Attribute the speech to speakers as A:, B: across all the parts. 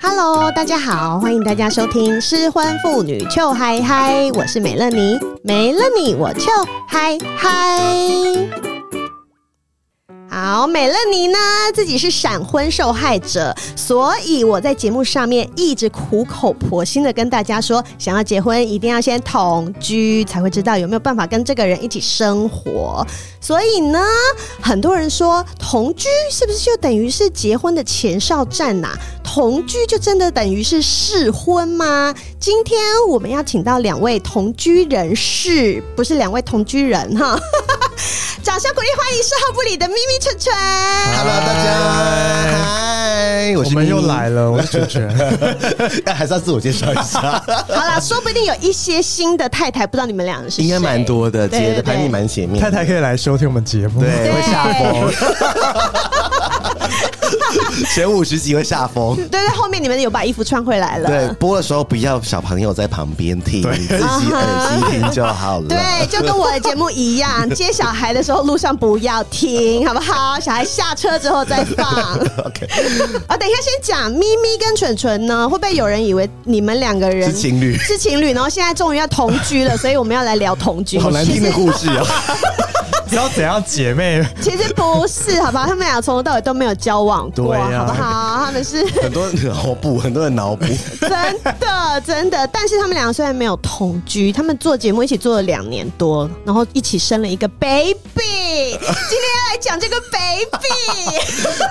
A: Hello，大家好，欢迎大家收听《失婚妇女糗嗨嗨》，我是美乐妮，没了你我糗嗨嗨。好，美乐妮呢自己是闪婚受害者，所以我在节目上面一直苦口婆心的跟大家说，想要结婚一定要先同居，才会知道有没有办法跟这个人一起生活。所以呢，很多人说同居是不是就等于是结婚的前哨站呐、同居就真的等于是试婚吗？今天我们要请到两位同居人士，不是两位同居人哈。 掌声鼓励，欢迎事后不理的咪咪蠢蠢。
B: Hello，大家，嗨，我
C: 我
B: 是
C: 们
B: 咪
C: 又
B: 咪
C: 来，了，我是主持 人。
B: 但 还是要自我介绍一下，
A: 好啦，说不定有一些新的太太，不知道你们俩是谁
B: 应该蛮。多的，
A: 对
B: 姐的
A: 对对
B: 排名蛮前面，
C: 太太可以来收听我们节目，
B: 对会下
A: 对
B: 风，前五十集会下风。
A: 对对，后面你们有把衣服穿回来了。
B: 对，啊播的时候不要小朋友在旁边听，你 自己耳机听就好 了。
A: 对，就跟我的节目一样，接小孩的时候路上不要听，好不好？小孩下车之后再放。
B: ，OK，
A: 啊，等一下先讲咪咪跟蠢蠢呢，会不会有人以为你们两个人
B: 是情侣
A: 是情侣，然后现在终于要同居了，所以我们要来聊同居。
B: 好难
A: 其
B: 听的
A: 实
B: 故事啊！
C: 只要怎样姐妹，
A: 其实不是，好不好？他们俩从头到尾都没有交往过，
C: 对
A: 好
C: 呀
A: 不好？他们是
B: 很多人脑补，很多人 脑补，
A: 真的真的，但是他们两个虽然没有同居，他们做节目一起做了两年多，然后一起生了一个 baby。今天要来讲这个 baby，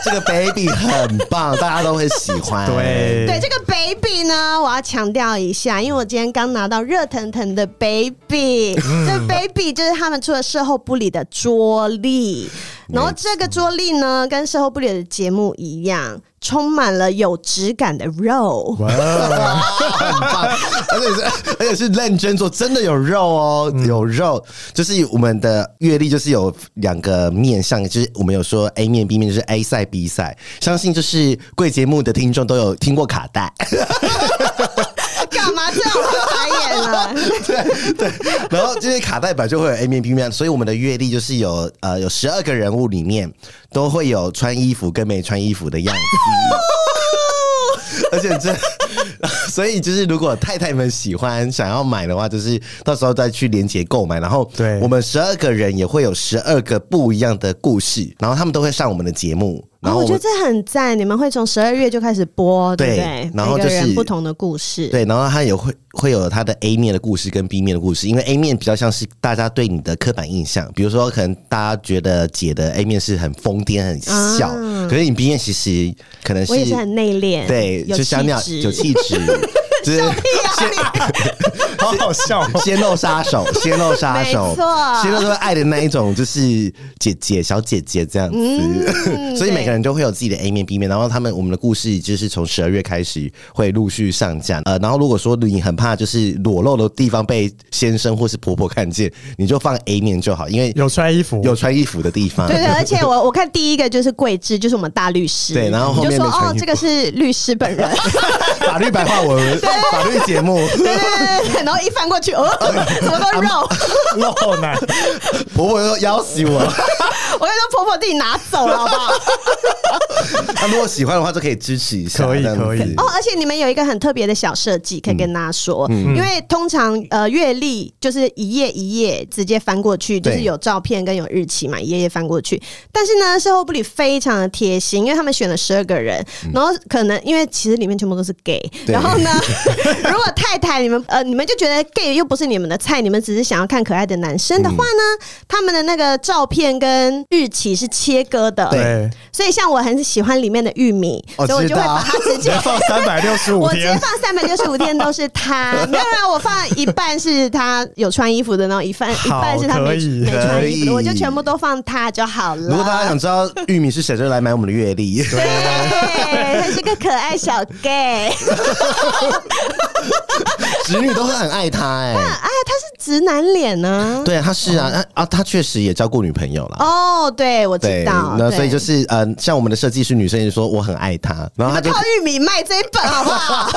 B: 这个 baby 很棒，大家都会喜欢。
C: 对
A: 对这个 baby 呢，我要强调一下，因为我今天刚拿到热腾腾的 baby，这
C: 嗯
A: baby 就是他们出了事后不理的桌历，然后这个桌历呢，跟事后不理的节目一样，充满了有质感的肉。
C: 哇，
B: 很棒， 而且是而且是认真做，真的有肉哦，有肉。就是我们的阅历就是有两个面向，就是我们有说 A 面、B 面，就是 A 赛、B 赛。相信就是贵节目的听众都有听过卡带，
A: 干嘛这样？我傻眼了。
B: 然后这些卡带本来就会有 A 面、B 面，所以我们的阅历就是有呃有十二个人物里面都会有穿衣服跟没穿衣服的样子，而且这。 所以就是，如果太太们喜欢想要买的话，就是到时候再去连接购买。然后，
C: 对
B: 我们十二个人也会有十二个不一样的故事，然后他们都会上我们的节目。然
A: 然
B: 后
A: 哦后我
B: 我
A: 觉
B: 们
A: 得这很赞，你们会从十二月就开始播，对
B: 对
A: 不对？
B: 然后
A: 每个
B: 就是
A: 人不同的故事，
B: 对，然后他也会会有他的 A 面的故事跟 B 面的故事，因为 A 面比较像是大家对你的刻板印象，比如说可能大家觉得姐的 A 面是很疯癫、很笑，
A: 啊
B: 可是你 B 面其实可能是
A: 我也是很内敛，
B: 对，
A: 有
B: 就像那样
A: 气
B: 有
A: 质。
B: 气质，就是
C: 好好笑哦。
B: 鲜肉 杀手，鲜肉杀手，
A: 没错
B: 鲜肉都爱的那一种，就是姐姐、小姐姐这样子。
A: 嗯
B: 所以每
A: 对
B: 个人都会有自己的 A 面、B 面，然后他们我们的故事就是从十二月开始会陆续上架。呃，然后如果说你很怕就是裸露的地方被先生或是婆婆看见，你就放 A 面就好，因为
C: 有穿衣服，
B: 有穿衣服的地方。
A: 对对，而且我我看第一个就是桂枝，就是我们大律师，
B: 对然后后面
A: 你就说
B: 没传
A: 哦，
B: 一
A: 这个是律师本人，
B: 法律白话文，法律节目，
A: 对对对对对，然后一翻过去， 哦， 怎么都肉，
C: 露奶，
B: 婆婆又要死我。
A: 我跟你说，婆婆自己拿走了，好不好？
B: 那如果喜欢的话，就可以支持一下，
C: 可以
B: 这样子
C: 可以
A: 哦，而且你们有一个很特别的小设计，
B: 嗯
A: 可以跟大家说，因为通常呃阅历就是一页一页直接翻过去，就是
B: 对
A: 有照片跟有日期嘛，一页页翻过去。但是呢，售后部里非常的贴心，因为他们选了十二个人，然后可能因为其实里面全部都是 gay，
B: 嗯对
A: 然后呢， 如果太太你们呃你们就觉得 gay 又不是你们的菜，你们只是想要看可爱的男生
B: 嗯
A: 的话呢，他们的那个照片跟日期是切割的，
C: 对，
A: 所以像我很喜欢里面的玉米，
B: 哦
A: 所以我就
B: 知
A: 会
B: 道
A: 把它直
C: 只
A: 接
C: 要放三百六十五
A: 我直接
C: 天，
A: 放三百六十五天都是 他，没有没有，我放一半是他有穿衣服的，然后一半一
C: 好
A: 半是他
C: 可
A: 没
C: 以
A: 没穿衣服
B: 可以
A: 的，我就全部都放他就好了。
B: 如果大家想知道玉米是谁，就来买我们的月历。
A: 对，他是个可爱小 gay，
B: 侄女都会很爱他哎、
A: 哎，他是直男脸呢、
B: 对，他是啊，他啊，他确实也交过女朋友啦。
A: 哦，对，我
B: 对，
A: 知道。
B: 那所以就是是呃， 像我们的设计师女生就说我很爱他，然后他就
A: 靠玉米卖这一本好不好？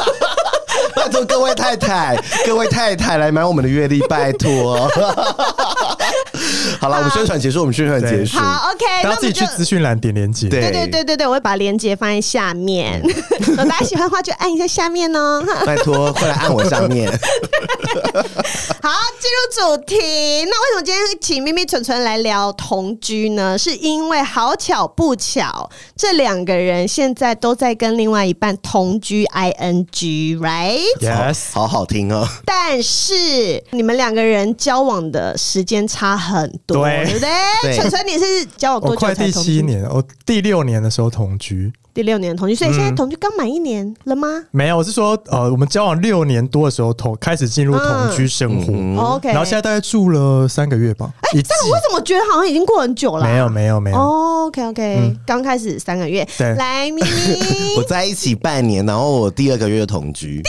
B: 拜托各位 太太，各位太太来买我们的月历，拜托。好了，我们宣传结束，我们宣传结束。
A: 好，OK，那
C: 大
A: 我
C: 家自己
A: 们
C: 去
A: 就。
C: 资讯栏点连接。
B: 对
A: 对对对对对，我会把链接放在下 面。如果大家喜欢的话，就按一下下面哦。
B: 拜托，快来按我 上面。
A: 好，进入主题。那为什么今天请咪咪蠢蠢来聊同居呢？是因为好巧不巧，这两个人现在都在跟另外一半同居 ing，right？
C: Yes，
B: 好好听 哦。
A: 但是你们两个人交往的时间差很多，
C: 对
A: 对不对？
B: 对
A: 蠢蠢，你是交往多
C: 我
A: 久
C: 快
A: 才
C: 第
A: 同居
C: 七，年，我第六年的时候同居，
A: 第六年的同居，所以现在同居刚满一年了吗、
C: 没有，我是说呃，我们交往六年多的时候同开始进入同居生活，
A: o k
C: 嗯然后现在大概住了三个月吧，一季
A: 但我怎么觉得好像已经过很久了、
C: 没有没有没有，嗯
A: 哦，OK，OK、o k OK，刚、开始三个月，
C: 对
A: 来 咪咪
B: 我在一起半年，然后我第二个月就同居，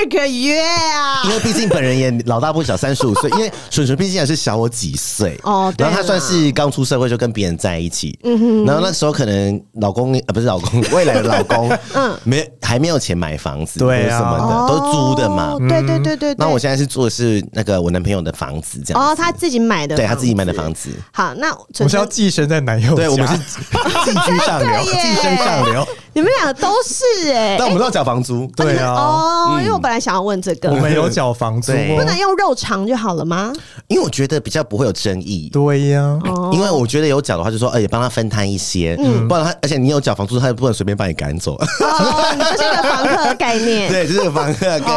A: 二个月啊
B: 因，为毕竟本人也老大不小，三十五岁。因为蠢蠢毕竟还是小我几岁
A: 哦对嗯
B: 然后他算是刚出社会就跟别人在一起，然后那时候可能老公呃不是老 公，未来的老公，嗯，没还没有钱买房子，
C: 对啊
B: 或者什么的、都是租的嘛
A: 哦。对对对对对。
B: 那我现在是住的是那个我男朋友的房子，这样
A: 哦，他自己买的，
B: 对他自己买的房。子，
A: 好，那
C: 我
A: 纯
C: 们是要
A: 纯，
C: 寄生在男友家，
B: 对我们是寄居 上流，
A: 真的耶
B: 寄生上流，
A: 你们两个都是哎、
B: 但我们都要缴房租。
A: 哦你
C: 对
A: 们
C: 啊，
A: 哦，
B: 嗯
A: 因为我本来想要问这个
C: 我，们有缴房租哦，
B: 对
A: 不能用肉肠就好了吗？
B: 因为我觉得比较不会有争议。
C: 对呀，
B: 因为我觉得有缴的话，就说哎，帮他分摊一些，
A: 嗯
B: 不然他，而且你有缴房租，他也不能随便把你赶走。
A: 哦，你就是一个房客的概念。
B: 对，就是房客的
A: 哦
B: 概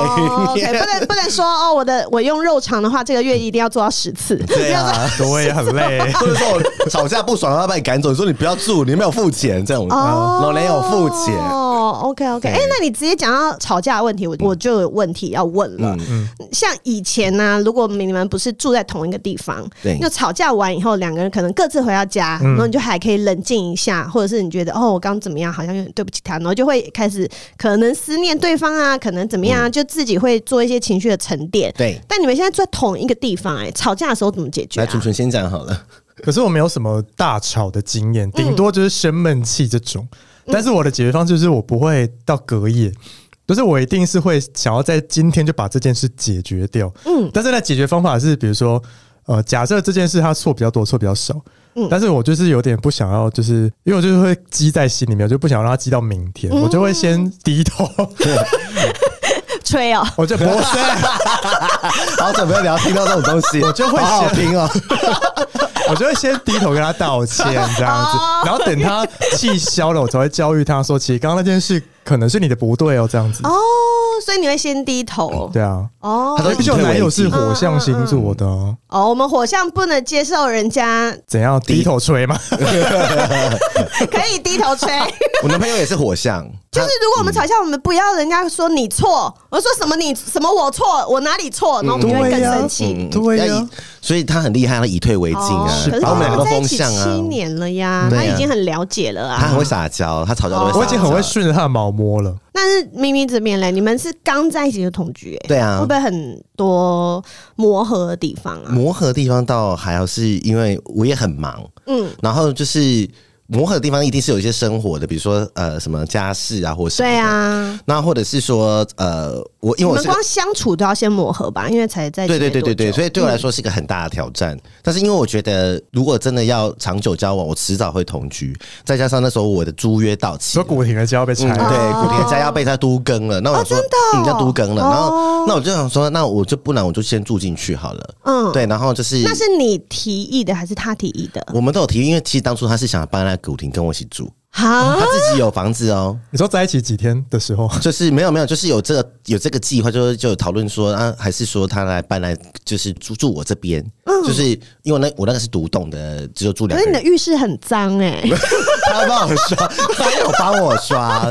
A: ，OK，
B: 念
A: 不。能不能说哦，我的我用肉肠的话，这个月一定要做到十次。
B: 对啊，
C: 我也很 累，
B: 或者说我哦吵架不爽，他把你赶走，你说你不要住，你没有付钱这种，
A: 哦，
B: 啊老雷有付钱。嗯
A: 哦，OK OK，哎、
B: 对
A: 那你直接讲到吵架的问题，我我就有问题要问了。
B: 嗯
A: 像以前呢、如果你们不是住在同一个地方，
B: 对嗯
A: 那吵架完以后，两个人可能各自回到家，然后你就还可以冷静一下，或者是你觉得哦，我刚怎么样，好像有点对不起他，然后就会开始可能思念对方啊，可能怎么样啊，就自己会做一些情绪的沉淀。
B: 嗯对，
A: 但你们现在住在同一个地方、哎，吵架的时候怎么解决、
B: 来
A: 啊？
B: 纯纯先讲好了。
C: 可是我没有什么大吵的经验，顶多就是生闷气这种。但是我的解决方式就是我不会到隔夜，就是我一定是会想要在今天就把这件事解决掉。嗯，但是那解决方法是，比如说，呃，假设这件事他错比较多，错比较少。嗯，但是我就是有点不想要，就是因为我就是会积在心里面，我就不想让它积到明天，我就会先低 头，
A: 吹哦、
C: 我就不是，
B: 好久没有聊听到这种东西，
C: 我就会
B: 好好
C: 先
B: 听哦。
C: 我就会先低头跟他道歉这样子，
A: 哦
C: 然后等他气消了，我才会教育他说，其实刚刚那件事可能是你的不对哦，这样子。
A: 哦，所以你会先低头
C: 对啊，
A: 哦。
B: 嗯他都
C: 毕竟我男友是火象星座的哦，
A: 哦，我们火象不能接受人 家
C: 怎样低头吹嘛？
A: 可以低 头吹，就
B: 我男朋友也是火象，
A: 是如果我们吵架，我们不要人家说你错，我说什么你什么我错，我哪里错，然后我们就会更生气。
C: 对呀
B: 嗯要以所以他很厉害，他以退为进
A: 哦
B: 嗯啊
C: 是，
A: 可是
B: 然后我们两个
A: 在一
B: 风
A: 起
B: 向啊
A: 七，年了呀，
B: 对
A: 他
B: 啊
A: 已经很了解了
B: 他
A: 啊。
B: 很会撒娇，他吵架都会撒娇。
C: 哦我已经很会顺着他的毛摸了。
A: 但是咪咪这边嘞，你们是刚在一起就同居，哎，
B: 对啊
A: 会不会很多磨合的地方啊？
B: 磨合的地方倒还好，是因为我也很忙，
A: 嗯，
B: 然后就是磨合的地方一定是有一些生活的，比如说呃什么家事啊，或什么的
A: 对。啊，
B: 那或者是说，呃，我
A: 你
B: 因为我
A: 们
B: 是个
A: 光相处都要先磨合吧，因为才在一起
B: 对对对对对，所
A: 以
B: 以对我来说是一个很大的挑战。但是因为我觉得，如果真的要长久交往，我迟早会同居，再加上那时候我的租约到期
C: 说
B: 了，
C: 古婷的家要被拆
B: 嗯，
C: 了，
A: 哦
B: 对，古田家要被他都更了。那我说，嗯，要都更了。然
A: 哦
B: 后，那我就想说，那我就不然我就先住进去好了。
A: 嗯，
B: 对，然后就是，
A: 那是你提议的还是他提议的？
B: 我们都有提，因为其实当初他是想搬来古亭跟我一起住，
A: 哈
B: 他，自己有房子哦。
C: 你说在一起几天的时候，
B: 就是没有没有，就是有这个有这个计划，就是就有讨论说啊，还是说他来搬来就是住住我这边，就是因为那我那个是独栋的，只有住
A: 可
B: 两
A: 是哎
B: 个
A: 你的
B: 人，
A: 浴室很脏哎、
B: 他帮我刷，他有帮我刷。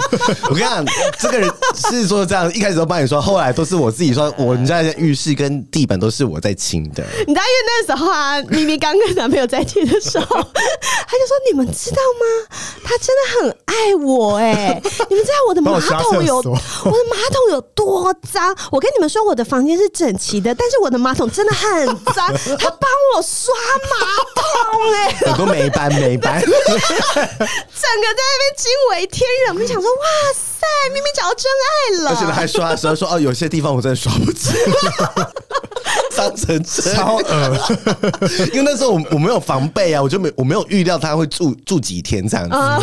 B: 我跟你讲，这个人是说这样，一开始都帮你刷，后来都是我自己刷，我们家的浴室跟地板都是我在清的。
A: 你知道，因为那时候啊，咪咪刚跟男朋友在一起的时候，他就说：“你们知道吗？他真的很爱我哎、 你们知道我的马桶有我
C: 帮
A: 的
C: 我刷
A: 马桶有多脏？我跟你们说，我的房间是整齐的，但是我的马桶真的很 脏。他帮我刷马桶哎、
B: 很多霉斑，霉斑，
A: 整个在那边惊为天人。我们想说，哇塞，明明找到真爱
B: 而且他
A: 了。
B: 还刷的时候说：“哦，有些地方我真的刷不 进。”张成这样
C: 超
A: 啊
C: 恶，
B: 因为那时候我我没有防备啊，我就没我没有预料他会住住几天这样子，
A: 哦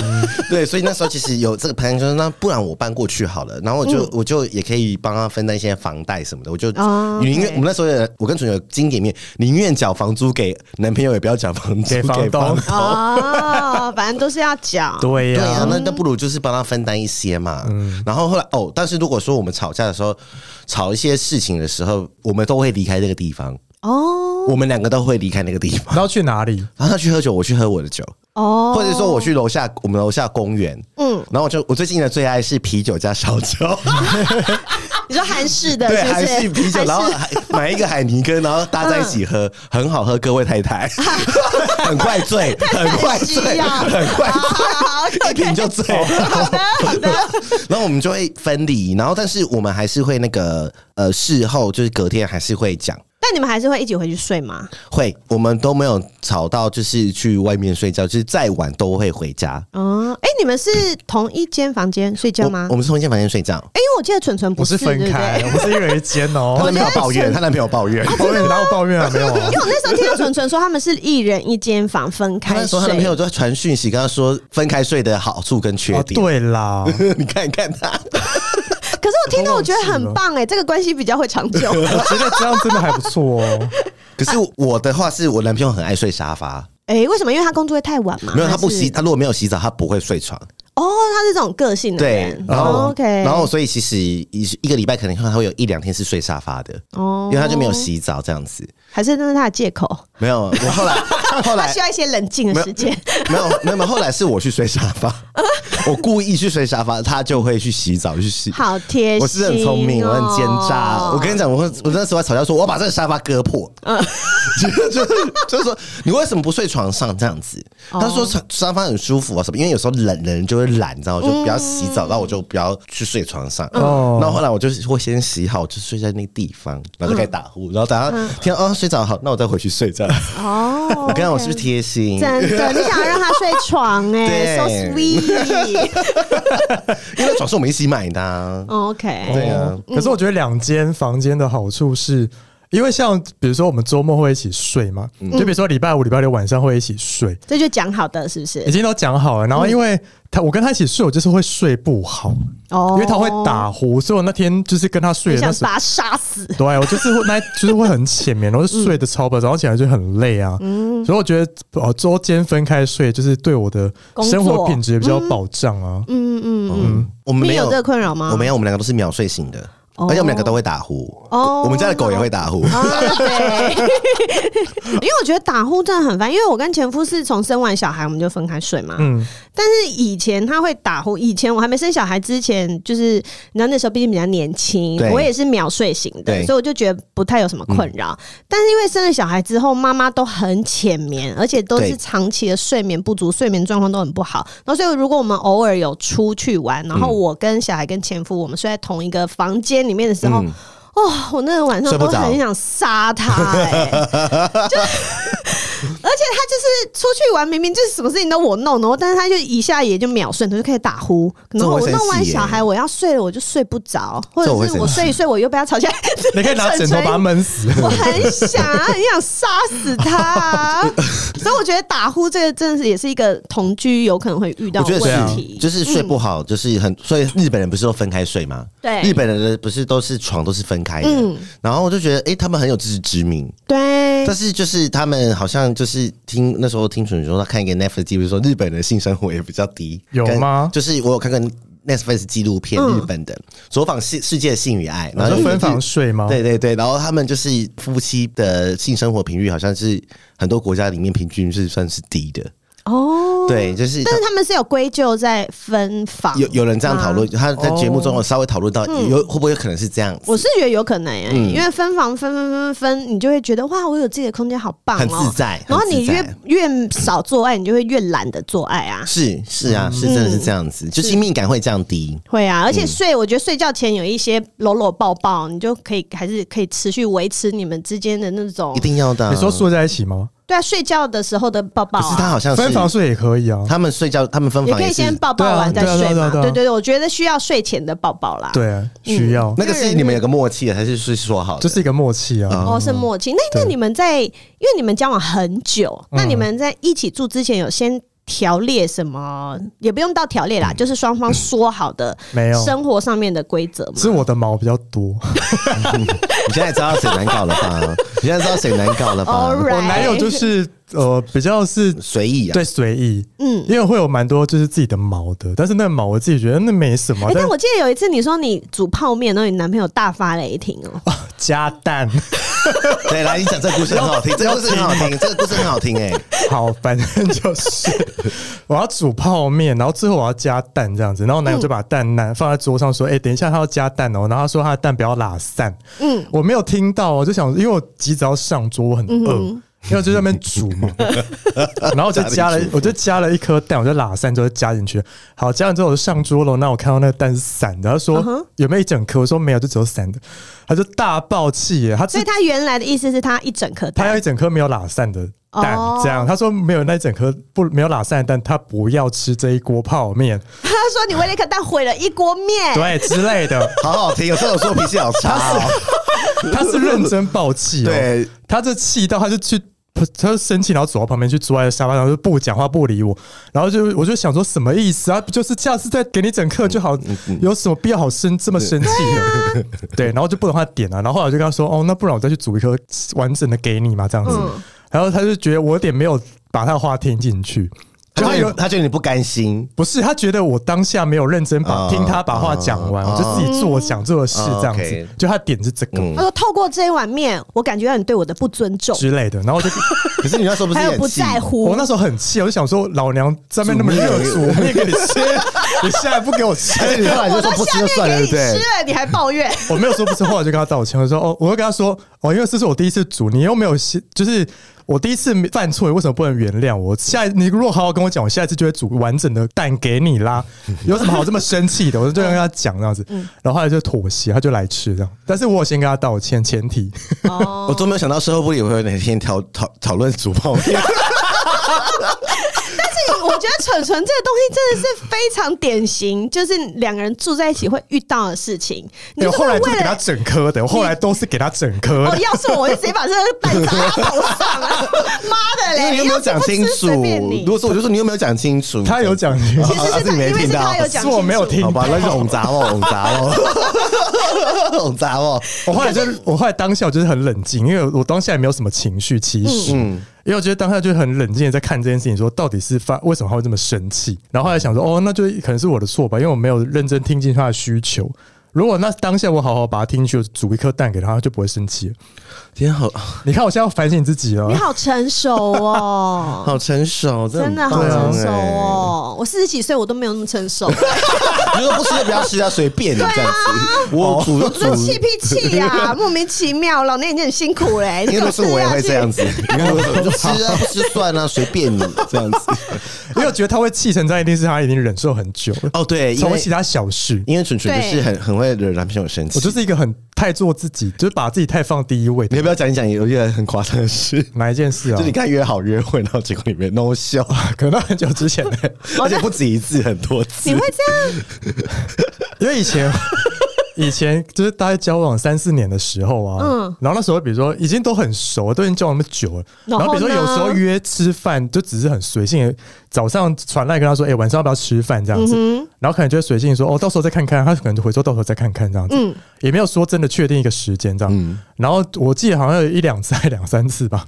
B: 对，所以那时候其实有这个朋友说，那不然我搬过去好了，然后我就、
A: 嗯
B: 我就也可以帮他分担一些房贷什么的，我就
A: 哦
B: 宁愿、
A: OK
B: 我们那时候有我跟纯友经典面，宁愿缴房租给男朋友，也不要缴房租
C: 给房
B: 给
C: 东
A: 哦，反正都是要讲。
B: 对
C: 对嗯呀
B: 啊，，那那不如就是帮他分担一些嘛。然后后来哦，但是如果说我们吵架的时候，吵一些事情的时候，我们都会离开这个地方，
A: 哦
B: 我们两个都会离开那个地方。
C: 然后去哪里？
B: 然后他去喝酒，我去喝我的酒，
A: 哦，
B: 或者说我去楼下我们楼下公园，
A: 嗯，
B: 然后我就我最近的最爱是啤酒加烧 酒，
A: 你说韩式的，
B: 对，
A: 是不
B: 韩
A: 是嗯
B: 系啤酒，
A: 韩式
B: 然后还买一个海尼根，然后大家一起喝，很好喝，各位太 太，很快醉，很快
A: 需
B: 醉，
A: 要啊哦
B: 很快醉，一瓶就醉。
A: 好的好的，
B: 然后我们就会分离，然后但是我们还是会那个呃事后就是隔天还是会讲，
A: 但你们还是会一起回去睡吗？
B: 会我们都没有吵到，就是去外面睡觉，就是再晚都会回家。
A: 哦，哎，你们是同一间房间睡觉
B: 我
A: 吗？
B: 我们是同一间房间睡觉，
A: 哎，因为我记得纯纯
C: 我
A: 不
C: 是分开，
A: 对哦
C: 我
A: 不对
C: 们是一人一间
B: 她
C: 哦
B: 男。朋友抱怨，她男朋友抱怨，
C: 抱怨哪有抱怨啊？没有啊
A: 因。为我那时候听到纯纯说他们是一人一间房分
B: 她
A: 开
B: 那时
A: 睡
B: 候，她男朋友就在传讯息跟她说分开睡的好处跟缺
C: 哦，
B: 点。
C: 对啦，
B: 你看看她，
A: 可是我听到我觉得很棒哎，这个关系比较会长久。
C: 我觉得这样真的还不错哦。
B: 可是我的话是我男朋友很爱睡沙发，
A: 哎，为什么？因为他工作会太晚嘛？
B: 没有他
A: 啊还是
B: 不洗，他如果没有洗澡，他不会睡床。
A: 哦，他是这种个性的
B: 对
A: 人，。
B: 然后、
A: 哦 OK，
B: 然后所以其实一一个礼拜可能他会有一两天是睡沙发的，
A: 哦
B: 因为他就没有，洗澡这样子。
A: 还是那是他的借口，
B: 没有，我后来 后
A: 他
B: 来
A: 需要一些冷静的时间。
B: 没有没有，没有后来是我去睡沙 发，我故意去睡沙发，他就会去洗澡去洗。
A: 好贴心、哦，哦
B: 我是很聪明，我很奸诈。我跟你讲，我我那时候还吵架说，我要把这个沙发割破。
A: 嗯
B: 就就就是说，你为什么不睡床上这样子？他
A: 哦
B: 说床沙发很舒服啊什么，因为有时候冷人就会懒，你知道，就
A: 嗯
B: 不要洗澡，然后我就不要去睡床上。
C: 哦
B: 那后来我就是会先洗好，就睡在那个地方，然后
A: 嗯
B: 就开始打呼，然后等到天哦睡着好，那我再回去睡这样。
A: 哦，
B: 我跟你讲，我是不是贴心？
A: 真的，你想要让他睡床 哎、
B: 对
A: s o sweet。
B: 因为床是我们一起买的、啊。
A: 哦 OK，
B: 对啊
C: 哦可是我觉得两间房间的好处是。因为像比如说我们周末会一起睡嘛，就比如说礼拜五、礼拜六晚上会一起睡，
A: 这就讲好的是不
C: 已
A: 是？
C: 经都讲好了。然后因为他我跟他一起睡，我就是会睡不好，
A: 哦
C: 因为他会打呼，所以我那天就是跟他睡
A: 你
C: 的那
A: 想
C: 时候
A: 把他杀死。
C: 对啊我就是会 那就是会很浅眠，然后就睡得超饱，早上起来就很累啊。所以我觉得哦，周间分开睡就是对我的
A: 工作
C: 生活品质比较保障啊。
A: 嗯嗯嗯，
B: 嗯，我们
A: 你
B: 没
A: 有这个困扰吗？
B: 我没有，我们两个都是秒睡醒的，而且我们两个都会打呼。
A: 哦
B: 我们家的狗也会打呼。
A: 啊对， 因为我觉得打呼真的很烦，因为我跟前夫是从生完小孩我们就分开睡嘛。
C: 嗯，
A: 但是以前他会打呼，以前我还没生小孩之前，就是你知道那时候毕竟比较年轻
B: 对，
A: 我也是秒睡型的，
B: 对嗯
A: 所以我就觉得不太有什么困扰。但是因为生了小孩之后，妈妈都很浅眠，而且都
B: 对
A: 是长期的睡眠不足，睡眠状况都很不好。然后所以如果我们偶尔有出去玩，
B: 嗯
A: 然后我跟小孩跟前夫我们睡在同一个房间里面的时候。哦，我那个晚上
B: 嗯睡不
A: 都
B: 着
A: 很想杀他、欸，而且他就是出去玩，明明就是什么事情都我弄的，但是他就一下也就秒睡，他就可以打呼。然后
B: 这我
A: 我
B: 会
A: 弄
B: 生
A: 完
B: 气耶
A: 小孩，我要睡了，我就睡不着，或者
B: 这我会
A: 是我
B: 生气
A: 睡一睡，我又被他吵起来。
C: 你可以拿枕头把他 闷死。
A: 我很想啊，很想杀死他 啊、所以我觉得打呼这个真的是也是一个同居有可能会遇到
B: 我觉
A: 的
B: 得
A: 问
B: 是，啊
A: 题，
B: 就是睡不好，就是很，所以日本人不是都分开睡吗？
A: 对
B: 日本人的不是都是床都是分开的。然后我就觉得，哎、他们很有自知之明，
A: 对
B: 但是就是他们好像就是听那时候听楚说，他看一个 Netflix 记录说，日本人性生活也比较低，
C: 有
B: 跟
C: 吗
B: 就是我有看过 Netflix 纪录片，日本的走访世世界的性与爱，然后
C: 然后
B: 就
C: 哦分房睡吗？
B: 对对对，然后他们就是夫妻的性生活频率好像是很多国家里面平均是算是低的，
A: 哦。
B: 对，就是
A: 但是他们是有归咎在分房，
B: 有有人这样讨
A: 嗯
B: 论，他在节目中有稍微讨论到有会不会可能是这样子
A: 哦我，是觉得有可能欸
B: 嗯
A: 因为分房分分分分，你就会觉得哇，我有自己的空间，好棒哦、
B: 很自在
A: 然后
B: 很自
A: 你越
B: 在
A: 越少做爱，你就会越懒得做爱啊。
B: 是是啊，是真的是这样
A: 嗯
B: 子，就亲密感会降低。
A: 会啊，而且
B: 嗯
A: 睡，我觉得睡觉前有一些搂搂抱抱，你就可以还是可以持续维持你们之间的那种
B: 一。定要的啊、
C: 你说睡在一起吗？
A: 对啊，睡觉的时候的抱抱、
B: 可是他
A: 啊，
B: 好像是
C: 分房睡也可以啊。
B: 他们睡觉，他们分
A: 也
B: 房
A: 可以
B: 也是
A: 先抱抱完
C: 对啊
A: 再睡
C: 对啊对啊
A: 嘛。
C: 对啊
A: 对对对，我觉得需要睡前的抱抱啦。，
C: 对啊，需要，
B: 那个是你们有个默契的，还是是说好的？
C: 这是一个默契啊。
B: 嗯
A: 哦，是默契。那那
C: 对
A: 你们在，因为你们交往很久，
B: 嗯
A: 那你们在一起住之前有先条列什么？也不用到条列啦，
B: 嗯
A: 就是双方说好的
C: 没有
A: 生活上面的规则嘛。
C: 是我的毛比较多，
B: 你现在知道谁难搞 了吧？你现在知道谁难搞了吧？
A: Alright
C: 我男友就是呃比较是
B: 随意啊，
C: 对随意，
A: 嗯，
C: 因为会有蛮多就是自己的毛的，但是那个毛我自己觉得那没什么
A: 哎、，但
C: 但
A: 我记得有一次你说你煮泡面，然后你男朋友大发雷霆 哦、
C: 加蛋
B: 对，来，你讲这个故事很好听，这个故事很好听，这个故事很好听哎、
C: 好，反正就是我要煮泡面，然后最后我要加蛋这样子，然后我男友就把蛋蛋放在桌上说：“哎、等一下他要加蛋哦。”然后他说他的蛋不要拉散，嗯，我没有听到，我就想，因为我急着要上桌，我很饿。因为我就在那边煮嘛，然后我就加了，我就加了一颗蛋，我就拉散之后就加进去。好，加完之后我就上桌了，那我看到那个蛋是散的，他说、有没有一整颗？我说没有，就只有散的。他就大爆气耶，他自
A: 所以他原来的意思是他一整颗
C: 他要
A: 蛋
C: 一整颗没有拉散的蛋，
A: 哦
C: 这样他说没有那一整颗不没有拉散的蛋，他不要吃这一锅泡面，
A: 他说你为了一颗蛋毁了一锅面。
C: 对之类的。
B: 好好听，有时候我说脾气好差哦。
C: 他是认真爆气、哦，
B: 对，
C: 他这气到他就去。他就生气，然后走到旁边去，坐在沙发上，就不讲话，不理我。然后就我就想说，什么意思啊？不就是下次再给你整课就好，有什么必要好生这么生气 呢？对，然后就不懂他点啊。然后后来我就跟他说，哦，那不然我再去煮一颗完整的给你嘛，这样子。
A: 嗯
C: 然后他就觉得我有点没有把他的话听进去，
B: 他
C: 就他
B: 觉
C: 有
B: 得他觉得你不甘心，
C: 不是，他觉得我当下没有认真把、
B: 哦
C: 听他把话讲完，我就自己做我想做的事
B: 哦
C: 这样子。
B: OK
C: 就他点是这个、
A: 他说透过这一碗面，我感觉到你对我的不尊重，
C: 之类的，然后我就
B: 可是你那时候不是哦
A: 还
B: 也
A: 有
B: 很
A: 不
B: 气
A: 在乎。
C: 我那时候很气，我就想说老娘上面那么热
B: 煮
C: 煮面给你 吃，你现在不给我吃，
B: 但是你后来就
A: 我
B: 说
A: 都
B: 不吃
A: 下
B: 就
A: 面
B: 算了，
A: 给
B: 对
A: 你
B: 不
A: 吃
B: 对？
A: 了，你还抱怨？
C: 我没有说不是，后来就跟他道歉，我说哦，我就跟他说哦，因为这是我第一次煮，你又没有先就是。我第一次犯错，为什么不能原谅我？下一你如果好好跟我讲，我下一次就会煮完整的蛋给你啦。有什么好这么生气的？我就这样跟他讲这样子，
A: 嗯
C: 然后后来就妥协，他就来吃这样。但是我有先跟他道歉，前提
A: 哦
B: 我都没有想到社会部里会有哪天讨讨讨论煮泡
A: 啊
B: 面，
A: 我觉得蠢蠢这个东西真的是非常典型，就是两个人住在一起会遇到的事情。你就
C: 对，我后来
A: 是
C: 就
A: 为
C: 给他
A: 了
C: 整颗的，我后来都是给他整颗
A: 哦，
C: 的。
A: 要是我，我就直接把这个蛋砸他头上啊！ 妈的
B: 因
A: 嘞，
B: 为你又没有讲清
A: 要是不吃
B: 楚
A: 随便你。
B: 如果说我就说你又没有讲清楚，
C: 他有讲清楚
A: 其实
B: 啊
A: 是
B: 是
A: 他，
B: 你没
A: 因为是
B: 听到
A: 他有讲
C: 是
A: 清楚，
C: 我没有听
B: 好吧，那就哄砸哦，哄砸哦，哄砸哦。
C: 我后来就我后来当下我就是很冷静，因为我当下也没有什么情绪，其
B: 嗯
C: 实，因为我觉得当下就很冷静的在看这件事情，说到底是发为什么他会这么生气，然后后来想说，哦，那就可能是我的错吧，因为我没有认真听进他的需求。如果那当下我好好把他听进去，煮一颗蛋给他，他就不会生气了。
B: 天啊好
C: 你看我现在要反省自己了
A: 你，好成熟 哦，
B: 好成熟，
A: 真的
B: 很
A: 好
B: 棒
A: 成熟
B: 哎。
A: 哦！我四十几岁，我都没有那么成 熟，
B: 哎你说不吃就不要吃啊，随便你这样子。我煮就
A: 这
B: 煮，
A: 气屁气啊呀，莫名其妙。老娘已经很辛苦嘞，
B: 因为都是我也会这样
A: 子。
B: 子，因为我就吃啊，不吃算啊，随便你这样子。
C: 因为我觉得他会气成这样，一定是他已经忍受很久了，
B: 哦，对，因
C: 从
B: 为
C: 其他小事。
B: 因为蠢蠢就是很很会惹男朋友生气。
C: 我就是一个很太做自己，就是把自己太放第一位的
B: 你要不要讲一讲有一件很夸张的 事？
C: 哪一件事啊
B: 就？你看约好约会，然后结果里面 no show，
C: 可能很久 之前、欸，
B: 而且不止一次，很多次
A: 你。会这样？
C: 因为以前以前就是大概交往三四年的时候啊，
A: 嗯
C: 然后那时候比如说已经都很熟，都已经交往那么久了，
A: 然
C: 然
A: 后
C: 后比如说有
A: 呢
C: 时候约吃饭就只是很随性，早上传来跟他说，哎、晚上要不要吃饭这样子，
A: 嗯
C: 然后可能就会随性说，哦，到时候再看看，他可能就回说到时候再看看这样子，
A: 嗯
C: 也没有说真的确定一个时间这样，然后我记得好像有一两次还两三次吧。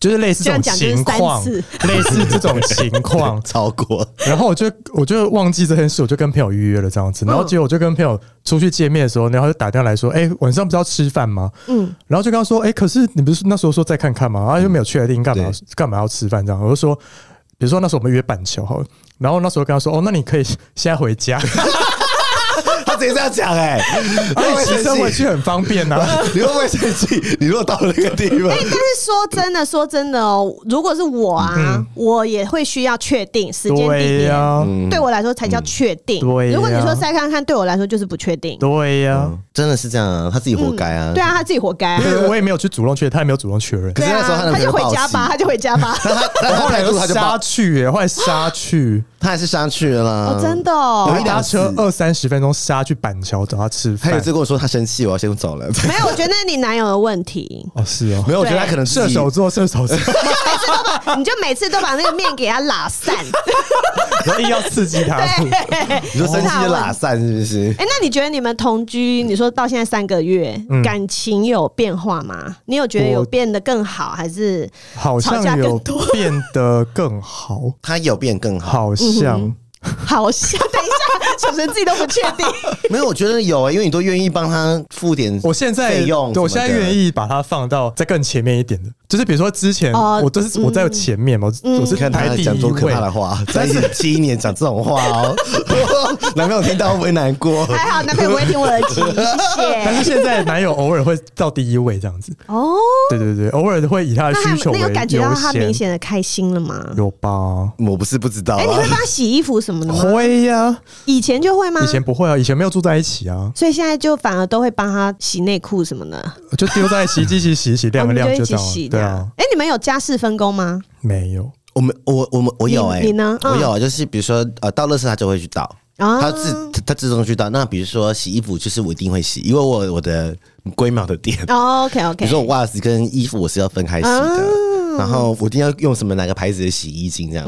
C: 就是类似这种
A: 这样讲就是
C: 情况，
A: 三次
C: 类似这种情况，
B: 超过
C: 然后我就我就忘记这件事，我就跟朋友预约了这样子。
A: 嗯
C: 然后结果我就跟朋友出去见面的时候，然后他就打电话来说：“哎、晚上不是要吃饭吗？”嗯，然后就跟他说：“哎、可是你不是那时候说再看看吗？啊，又没有确定，干嘛
B: 嗯对
C: 干嘛要吃饭这样？”我就说：“比如说那时候我们约板球好了，然后那时候跟他说：‘哦，那你可以现在回家，
B: 他直接这样讲哎、
C: 啊，你骑车回去很方便呐、啊。’
B: 你会不会生气？你如果到了那个地方，
A: 但是说真的，说真的哦，如果是我
C: 嗯
A: 啊，我也会需要确定 时间地
C: 对呀、
B: 嗯
A: 点。对我来说才叫确定。
C: 对呀
A: 如果你说再看看，对我来说就是不确定。
C: 对呀、
B: 这真的是这样啊，他自己活该啊。
A: 对啊，他自己活该啊
C: 因。为我也没有去主动确认，他也没有主动确认。
B: 可
A: 对
B: 是那时候他
A: 啊，他
B: 男朋
A: 就
B: 友
A: 回家
B: 暴气
A: 吧，他就回家 吧。
B: 但他但他
C: 后来
B: 态
C: 又
B: 度他就
C: 杀
B: 爆，
C: 去、欸，后来杀去，
B: 他还是上去了啦。
A: 哦，真的哦
B: 有一
C: 搭车
B: 两次
C: 二三十分钟杀去板桥找他吃
B: 他有一
C: 饭
B: 次。跟我说他生气，我要先走了。
A: 没有，我觉得那是你男友的问题。
C: 哦，是哦，
B: 没有，我觉得
A: 对
B: 他可能自
C: 射
B: 己
C: 手座，射手座，
A: 你就每次都把那个面给他拉 散。
C: 然后硬要刺激他。
B: 你说生气就拉散是不是？
A: 哎、那你觉得你们同居，你说到现在三个月，
C: 嗯
A: 感情有变化吗？你有觉得有
C: 我
A: 变得更好，还是
C: 好
A: 吵架
C: 像
A: 更
C: 有
A: 多
C: 变得更好，
B: 他有变更好，
C: 好
A: 嗯
C: 像
A: 好像？ 等一下，主持人自己都不确定。
B: 没有？我觉得有、欸，因为你都愿意帮他付点
C: 我现在
B: 费用
C: 对我
B: 什
C: 现
B: 么
C: 在
B: 的
C: 愿意把它放到在更前面一点的，就是比如说之前
A: 哦嗯
C: 我都是我在前面嘛，我我是
B: 你看他
C: 排第
B: 讲
C: 一
B: 多可
C: 位
B: 怕，的话，在一起七年讲这种话哦， 男朋友听到会不会难过？
A: 还好男朋友不会听我的集，
C: 但
A: 谢
C: 是
A: 谢。
C: 现在男友偶尔会到第一位这样子，
A: 哦，
C: 对对对，偶尔会以他的
A: 那他
C: 需求为
A: 那有感觉到他
C: 优
A: 明
C: 先，
A: 显的开心了吗？
C: 有吧？
B: 我不是不知道
A: 哎、你
B: 啊
A: 会，帮他洗衣服什么的吗？
C: 会呀，
A: 以前就会吗
C: 哦以？前不会啊，以前没有住在一起啊，
A: 所以现在就反而都会帮他洗内裤什么的，
C: 就丢在 洗衣机洗洗洗
A: 我
C: 晾一
A: 们
C: 晾
A: 哦就一
C: 就
A: 起
C: 这
A: 洗
C: 样，
A: 这
C: 对
A: 样
C: 啊，。
A: 哎、你们有家事分工吗？
C: 没有，
B: 我们我我们我有哎、
A: 你你呢嗯
B: 我有，就是比如说呃，到垃圾他就会去倒。
A: 啊
B: 他自他自动去倒。那比如说洗衣服，就是我一定会洗，因为我有我的龟毛的点。
A: 哦，OK，OK、OK OK，
B: 比
A: 哦
B: 如说我袜子跟衣服我是要分开洗的，然后我一定要用什么哪个牌子的洗衣精这
A: 嗯
B: 样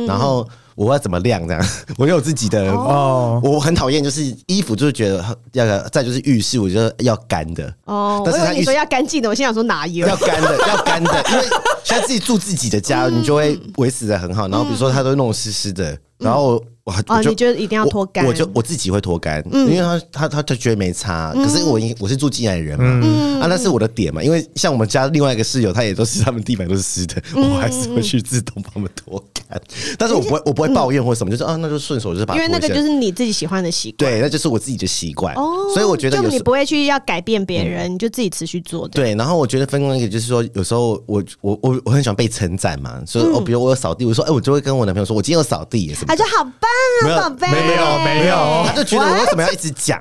B: 子，然后我要怎么晾这样， 我有自己的。
C: 哦
B: 我很讨厌，就是衣服，就是觉得要再就是浴室，我觉得要干的，
A: 哦，我
B: 但
A: 以
B: 是他
A: 为你
B: 一
A: 说要干净的，我心想说哪有？
B: 要 干的，要干的，因为现在自己住自己的家，
A: 嗯
B: 你就会维持的很好。然后比如说他都弄湿湿的，然后我
A: 哦，
B: 我就
A: 你觉得一定要脱干？嗯
B: 我我就我自己会脱干，因为他他他他觉得没差，可是我已经我是住进来的人嘛，啊，那是我的点嘛，因为像我们家另外一个室友，他也都是他们地板都是湿的，
A: 嗯
B: 我还是会去自动帮他们脱干，但是我不会我不会抱怨或什么，就是啊，那就顺手就是把
A: 嗯
B: 它
A: 因为那个
B: 脱下
A: 就
B: 来
A: 是你自己喜欢的习惯。
B: 对，那就是我自己的习惯，
A: 哦，
B: 所以我觉得
A: 就
B: 有
A: 你
B: 时
A: 不会去要改变别人，你就自己持续做的。
B: 对，然后我觉得分工一个就是说，有时候我我我我很喜欢被称赞嘛，所
A: 嗯
B: 以我哦比如我有扫地，我说哎，我就会跟我男朋友说，我今天有扫地 什么
A: 他
B: 的
A: 啊就好棒
B: 没有
A: 啊，宝贝！
C: 没有没有
A: 哎
B: 他就觉得我为什么要一直讲？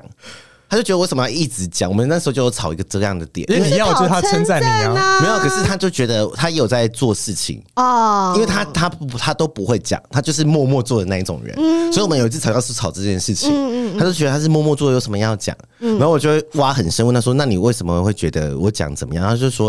B: 他就觉得我为什么要一直讲？我们那时候就有吵一个这样的点，
C: 因
B: 因
C: 为
B: 为
C: 你要就是他称赞你
A: 好称赞
C: 啊，
A: 啊
B: 没有，可是他就觉得他也有在做事情，
A: 哦，
B: 因为他他不他都不会讲，他就是默默做的那一种人。所以我们有一次吵架是吵这件事情，他就觉得他是默默做，有什么要讲？然后我就会挖很深，问他说：“那你为什么会觉得我讲怎么样？”他就说：“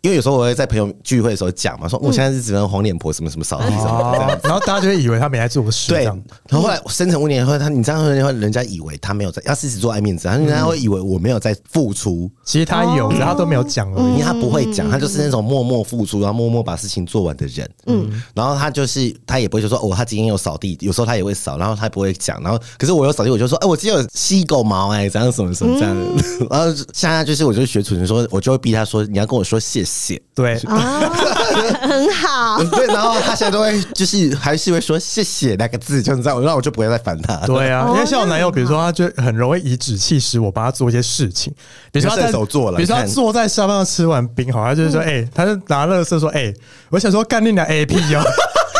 B: 因为有时候我会在朋友聚会的时候讲嘛，说我现在是只能黄脸婆什么什么扫地什么的。”
C: 哦然后大家就会以为他没来做事，这
B: 对，
C: 样
B: 然后后来深层五年后，他你这样会人家以为他没有在，他狮子座爱面子，他人家会以为我没有在付出，
C: 其实他有，只是他都没有讲而
B: 因
C: 已。
B: 为他不会讲，他就是那
C: 嗯
B: 种默默付出，然后默默把事情做完的人。嗯，然后他就是他也不会就说哦，他今天有扫地，有时候他也会扫，然后他不会讲，然后可是我有扫地，我就说哎、我今天有吸狗毛哎、怎样什么什么这样的。
C: 嗯
B: 然后现在就是我就学楚人说，我就会逼他说你要跟我说谢 谢。
C: 对，
A: 啊很好。
B: 对，然后他现在都会就是还是会说谢谢那个字，就是这样，然后我就不会再烦他。
C: 对啊，
A: 哦
C: 因为像我
A: 那
C: 男友，比如说他就很容易以指气使我帮他做一些事情，比如说他在
B: 你是射手座啦
C: 比如说他
B: 你看
C: 坐在沙发上吃完冰，好，他就是
A: 嗯
C: 说，哎、他就拿乐色说，哎、我想说干你俩 A P 哦，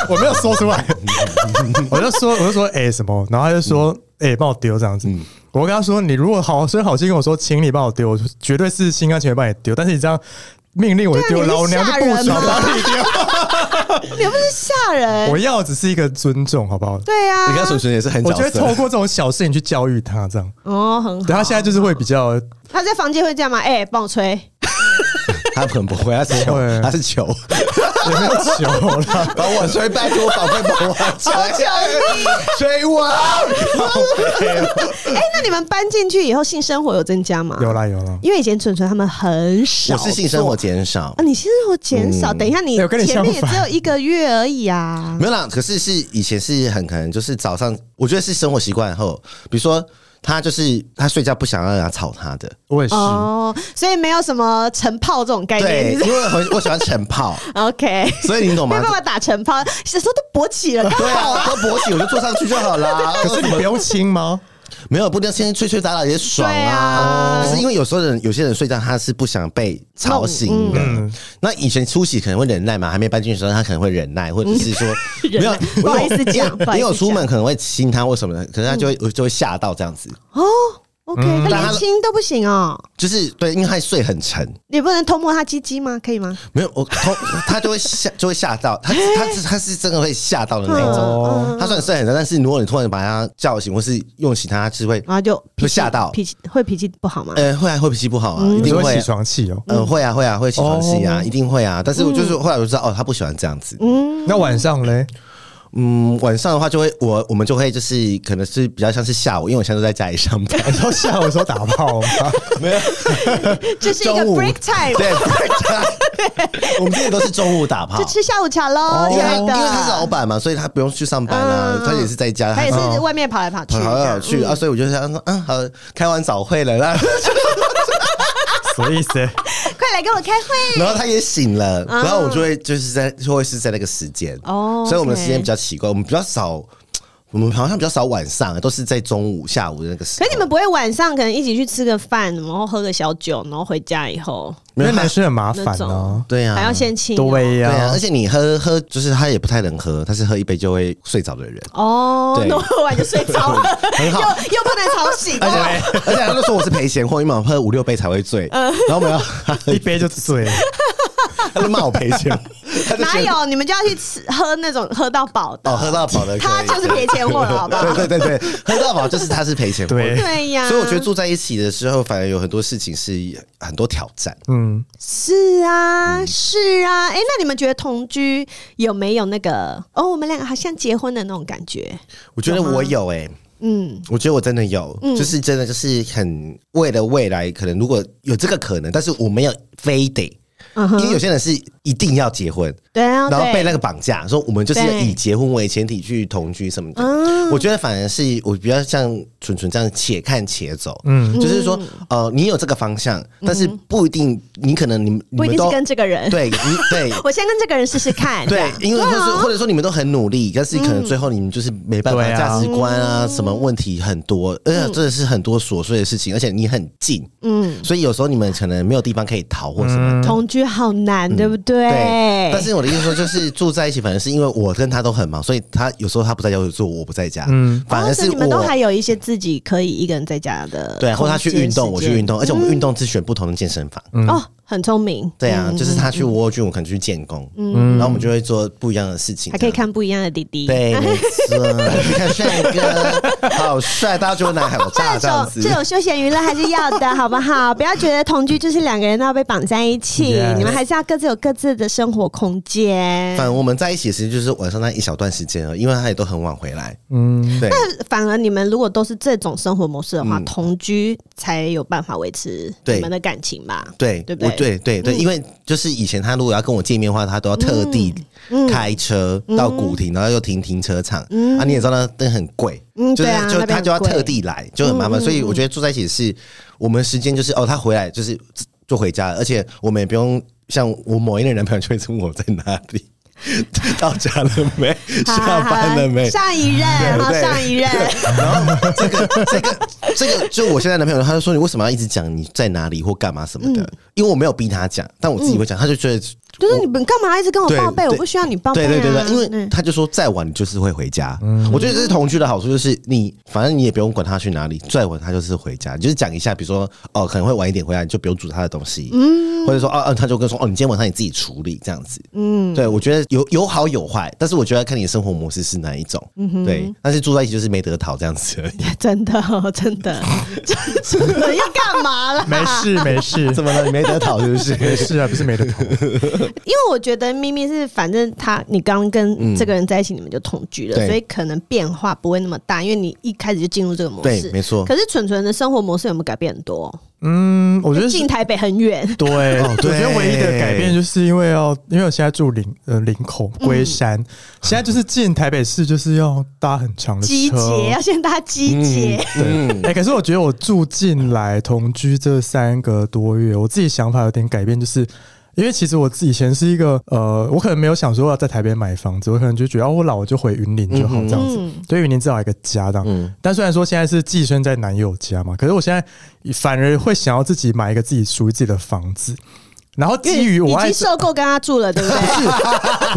C: 我没有说出来，我就说我就说哎、什么，然后他就说，
B: 嗯
C: 哎、帮我丢这样子。我跟他说：“你如果好声好气跟我说，请你帮我丢，我绝对是心甘情愿帮你丢。但是你这样命令我丢，
A: 对啊你是
C: 老娘就
A: 吓
C: 不
A: 人啊
C: 爽，
A: 吗
C: 帮你丢。
A: 你又不是吓人
C: 我，要的只是一个尊重，好不好？
A: 对啊
B: 你，看蠢蠢也是很
C: 我
B: 角
C: 觉得
B: 色
C: 透过这种小事情去教育他，这样。
A: 哦，很
C: 对
A: 好。
C: 他现在就是会比较
A: 他在房间会这样吗？哎，帮我吹。
B: 他很不会，他是
C: 不会
B: 球，他是 球，
C: 有没有球了，
B: 把我吹， 拜托宝贝，把我 吹， 吹我。
A: 哎，那你们搬进去以后，性生活有增加吗？
C: 有啦有啦。
A: 因为以前蠢蠢他们很少，
B: 我是性生活减少
A: 啊，，你性生活减少。等一下，你
C: 哎我跟你
A: 前面也
C: 相反
A: 只有一个月而已啊。
B: 没有啦。可是是以前是很可能就是早上，我觉得是生活习惯后，比如说他就是他睡觉不想让人家吵他的，
C: 我也是，
A: 哦，所以没有什么晨泡这种概
B: 对，
A: 念。
B: 因
A: 你是
B: 为我我喜欢晨 泡，
A: OK，
B: 所以你懂
A: 没
B: 吗
A: 有？办法打晨泡，小时候都勃起 了，
B: 对啊，都勃起我就坐上去就好啦。
C: 可是你不用亲吗？
B: 没有不一定要先吹吹打打也爽
A: 对
B: 啊。
A: 啊
B: 但是因为有时候人有些人睡觉他是不想被吵醒的，那以前初期可能会忍耐嘛，还没搬进去的时候他可能会忍耐，或者是说没
A: 忍
B: 有
A: 耐不好意思讲不好意思
B: 没有出
A: 讲
B: 门可能会亲他或什么的，可是他就会就会吓到这样子。
A: 哦， OK，他
C: 嗯
B: 但
A: 连
B: 他
A: 亲都不行哦，
B: 就是对，因为他睡很沉，
A: 你不能偷摸他鸡鸡吗？可以吗？
B: 没有我他他就会吓就会吓到他他是他是真的会吓到的那一种。
C: 哦，
B: 他虽然睡很沉，但是如果你突然把他叫醒或是用醒他，他是会
A: 然后就脾气
B: 会吓到
A: 脾气会脾气不好吗？
B: 呃会啊会脾气不好啊，
A: 嗯
B: 一
C: 你
B: 定
C: 说
B: 会
C: 起
B: 啊。
C: 床气哦。
B: 呃，会啊，会啊，会起床气啊，
C: 哦
B: 一定会啊。但是我就是后来我就知道，哦，他不喜欢这样子。
A: 嗯，
C: 那晚上嘞？，
B: 嗯，晚上的话就会我我们就会就是可能是比较像是下午，因为我现在都在家里上班
C: 你说哎下午的时候打炮吗？
A: 这是一个
B: 中午
A: break time，
B: 对， 我们这里都是中午打炮
A: 就，吃下午茶喽，
B: 因
A: 亲
B: 为他
A: 爱
B: 哦因为
A: 的。
B: 他是老板嘛，所以他不用去上班啊
A: 嗯，
B: 他也是在家，
A: 他也
B: 是
A: 是外面跑来跑去，
B: 跑来跑去啊，所以我就想说，嗯，好，开完早会了，那
C: 什么意思？
A: 快来跟我开会
B: 然后他也醒了，然后我就会就是在就会是在那个时间
A: 啊哦
B: 所以我们的
A: OK
B: 时间比较奇怪，我们比较少，我们好像比较少晚上，都是在中午、下午的那个时
A: 可
B: 候。
A: 是你们不会晚上可能一起去吃个饭，然后喝个小酒，然后回家以后
B: 没
C: 因为
B: 有
C: 男生很麻烦
A: 那种
C: 哦，
B: 对啊呀、
A: 还要先亲哦
C: 对
B: 对啊，
C: 呀
B: 而，且你喝喝就是他也不太能喝，他是喝一杯就会睡着的人。
A: 哦，
B: 对
A: 那我喝完就睡着 了，又又不能吵醒，哦
B: 而且而且他就说我是赔钱货，因为我喝五六杯才会醉，
A: 嗯
B: 然后我们要
C: 一杯就醉了。
B: 他就骂我赔钱，他就
A: 哪
B: 觉得
A: 有？你们就要去吃喝那种喝到饱的，
B: 哦喝到饱的可以，
A: 他就是赔钱货了，好不好？
B: 对对对对，喝到饱就是他是赔钱货。
C: 对
A: 对呀，
B: 所以我觉得住在一起的时候，反而有很多事情是很多挑战。
C: 嗯，
A: 是啊，
B: 嗯
A: 是啊，哎、那你们觉得同居有没有那个哦，我们两个好像结婚的那种感觉？
B: 我觉得我有哎、
A: 嗯，
B: 我觉得我真的有，就是真的就是很为了未来，可能如果有这个可能，但是我没有非得，
A: 嗯
B: 因为有些人是一定要结婚，
A: 对啊，
B: 然后被
A: 对
B: 那个绑架，说我们就是要
A: 对
B: 以结婚为前提去同居什么的。
A: 嗯
B: 我觉得反而是我比较像纯纯这样且看且走，
C: 嗯
B: 嗯，就是说呃，你有这个方向，但是不一定，你可能你们你
A: 嗯不一
B: 们
A: 定
B: 都
A: 是跟这个人，
B: 对你对
A: 我先跟这个人试试看，这
B: 对
A: 样，
B: 因为或者说或者说你们都很努力，但是可
A: 嗯
B: 能最后你们就是没办法，
C: 对啊
B: 价值观啊什么问题很多，而且真的是很多琐碎的事情，而且你很近，
A: 嗯，
B: 所以有时候你们可能没有地方可以逃或什
C: 嗯
B: 么 的。
A: 同居好难，对不对？
B: 嗯对，但是我的意思说，就是住在一起，反正是因为我跟他都很忙，所以他有时候他不在家，有时候我不在家，
C: 嗯
B: 嗯，反而
A: 哦所以
B: 是
A: 你们都还
B: 我
A: 有一些自己可以一个人在家的，
B: 对，或他去运动，我去运
A: 动，
B: 动，而且我们运动是选不同的健身房，
A: 哦，很聪明，
B: 对啊，就是他
A: 嗯
B: 去蜗居，我可能去建工，嗯，然后我们就会做不一样的事情，
A: 还可以
B: 这样
A: 看不一样的弟弟，
B: 对，啊没 错，你看帅哥好帅，大家觉得男孩好大这
A: 这
B: 样
A: 种
B: 子
A: 这。种休闲娱乐还是要的，好不好？不要觉得同居就是两个人都要被绑在一起
C: Yes
A: 你们还是要各自有各自的生活空间
B: 反。正我们在一起的时间就是晚上那一小段时间了，因为他也都很晚回来。
C: 嗯，
B: 对，
A: 反而你们如果都是这种生活模式的话，
B: 嗯
A: 同居才有办法维持
B: 对
A: 你们的感情吧？
B: 对，
A: 对不
B: 我
A: 对？嗯
B: 对对对，因为就是以前他如果要跟我见面的话，他都要特地
A: 嗯
B: 开车到古亭，然后又停停车场。啊，你也知道那那很贵，
A: 嗯
B: 就是
A: 对啊
B: 就
A: 那边
B: 他
A: 很嗯
B: 就要
A: 贵
B: 特地来，就很麻烦。所以我觉得住在一起是我们时间就是哦，他回来就是就回家了，而且我们也不用像我某一任男朋友就会问我在哪里。 到家了 没？
A: 好
B: 下班了没？
A: 上一任，
B: 对
A: 好，
B: 对
A: 上一 任，
B: 这个这个这个，就我现在男朋友，他就说你为什么要一直讲你在哪里或干嘛什么
A: 嗯
B: 的？因为我没有逼他讲，但我自己会讲，他就觉得
A: 就是你们干嘛一直跟我
B: 对
A: 报备？
B: 对
A: 我不需要你报备
B: 对
A: 啊！
B: 对对对，因为
A: 嗯
B: 他就说再晚你就是会回家。
C: 嗯
B: 我觉得这是同居的好处，就是你反正你也不用管他去哪里，再晚他就是回家。你就是讲一下，比如说哦可能会晚一点回来，你就不用煮他的东西，
A: 嗯
B: 或者说哦、啊他就跟说哦你今天晚上你自己处理这样子。嗯，对我觉得有有好有坏，但是我觉得看你的生活模式是哪一种。
A: 嗯
B: 对，但是住在一起就是没得逃这样子而已。
A: 真的哦，真的， 真的 要干嘛啦？
C: 没事没 事
B: 怎么了？你没得逃是不是？
C: 没事啊，不是没得逃。
A: 因为我觉得咪咪是，反正他你刚跟这个人在一起，你们就同居了，
B: 嗯对
A: 所以可能变化不会那么大，因为你一开始就进入这个模式
B: 对，。没错。
A: 可哦是蠢蠢的生活模式有没有改变很多？
C: 嗯，我觉得是
A: 进台北很远，
C: 对，
A: 哦
C: 我觉
B: 对
C: 得唯一的改变就是因为要，因为我现在住林呃林口龟山，
A: 嗯
C: 现在就是进台北市就是要搭很长的
A: 集
C: 车。
A: 结要先搭集结，
B: 嗯，
C: 哎、可是我觉得我住进来同居这三个多月，我自己想法有点改变，就是。因为其实我自己以前是一个呃，我可能没有想说要在台北买房子，我可能就觉得哦，我老了就回云林就好这样子，
A: 嗯
C: 对云林至少有一个家这样。
B: 嗯
C: 但虽然说现在是寄生在男友家嘛，可是我现在反而会想要自己买一个自己属于自己的房子，然
B: 嗯
C: 后基于
A: 因为
C: 我
A: 已
C: 爱
A: 经 受够跟他住了，对不对？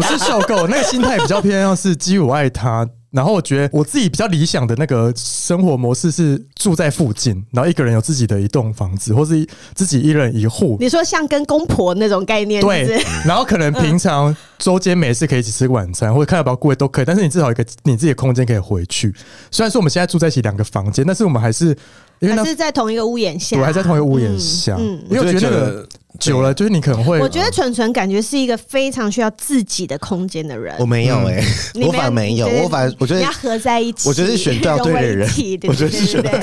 C: 不是不是受够，那个心态比较偏向是基于我爱他然后我觉得我自己比较理想的那个生活模式是住在附近，然后一个人有自己的一栋房子，或是一自己一人一户。
A: 你说像跟公婆那种概念，是不
C: 对
A: 是，
C: 然后可能平常周间没事可以一起吃个晚餐，或者看要不要过夜都可以，但是你至少有一个你自己的空间可以回去。虽然说我们现在住在一起两个房间，但是我们还是因为那
A: 还是在同一个屋檐下，
C: 我还在同一个屋檐下，
A: 嗯
C: 因为我觉得那
B: 我就
C: 个
B: 会
C: 久了，就是你可能会，
A: 我觉得纯纯感觉是一个非常需要自己的空间的人
B: 我，没有
C: 欸
B: 哎、
A: 你
B: 我反而没有，
A: 对
B: 我反而我觉
A: 你
B: 得
A: 要合在一起，
B: 我觉得是选到对的人
A: 融为一体对
B: 我
A: 对
B: 觉得是
A: 对
B: 选
A: 对
B: 到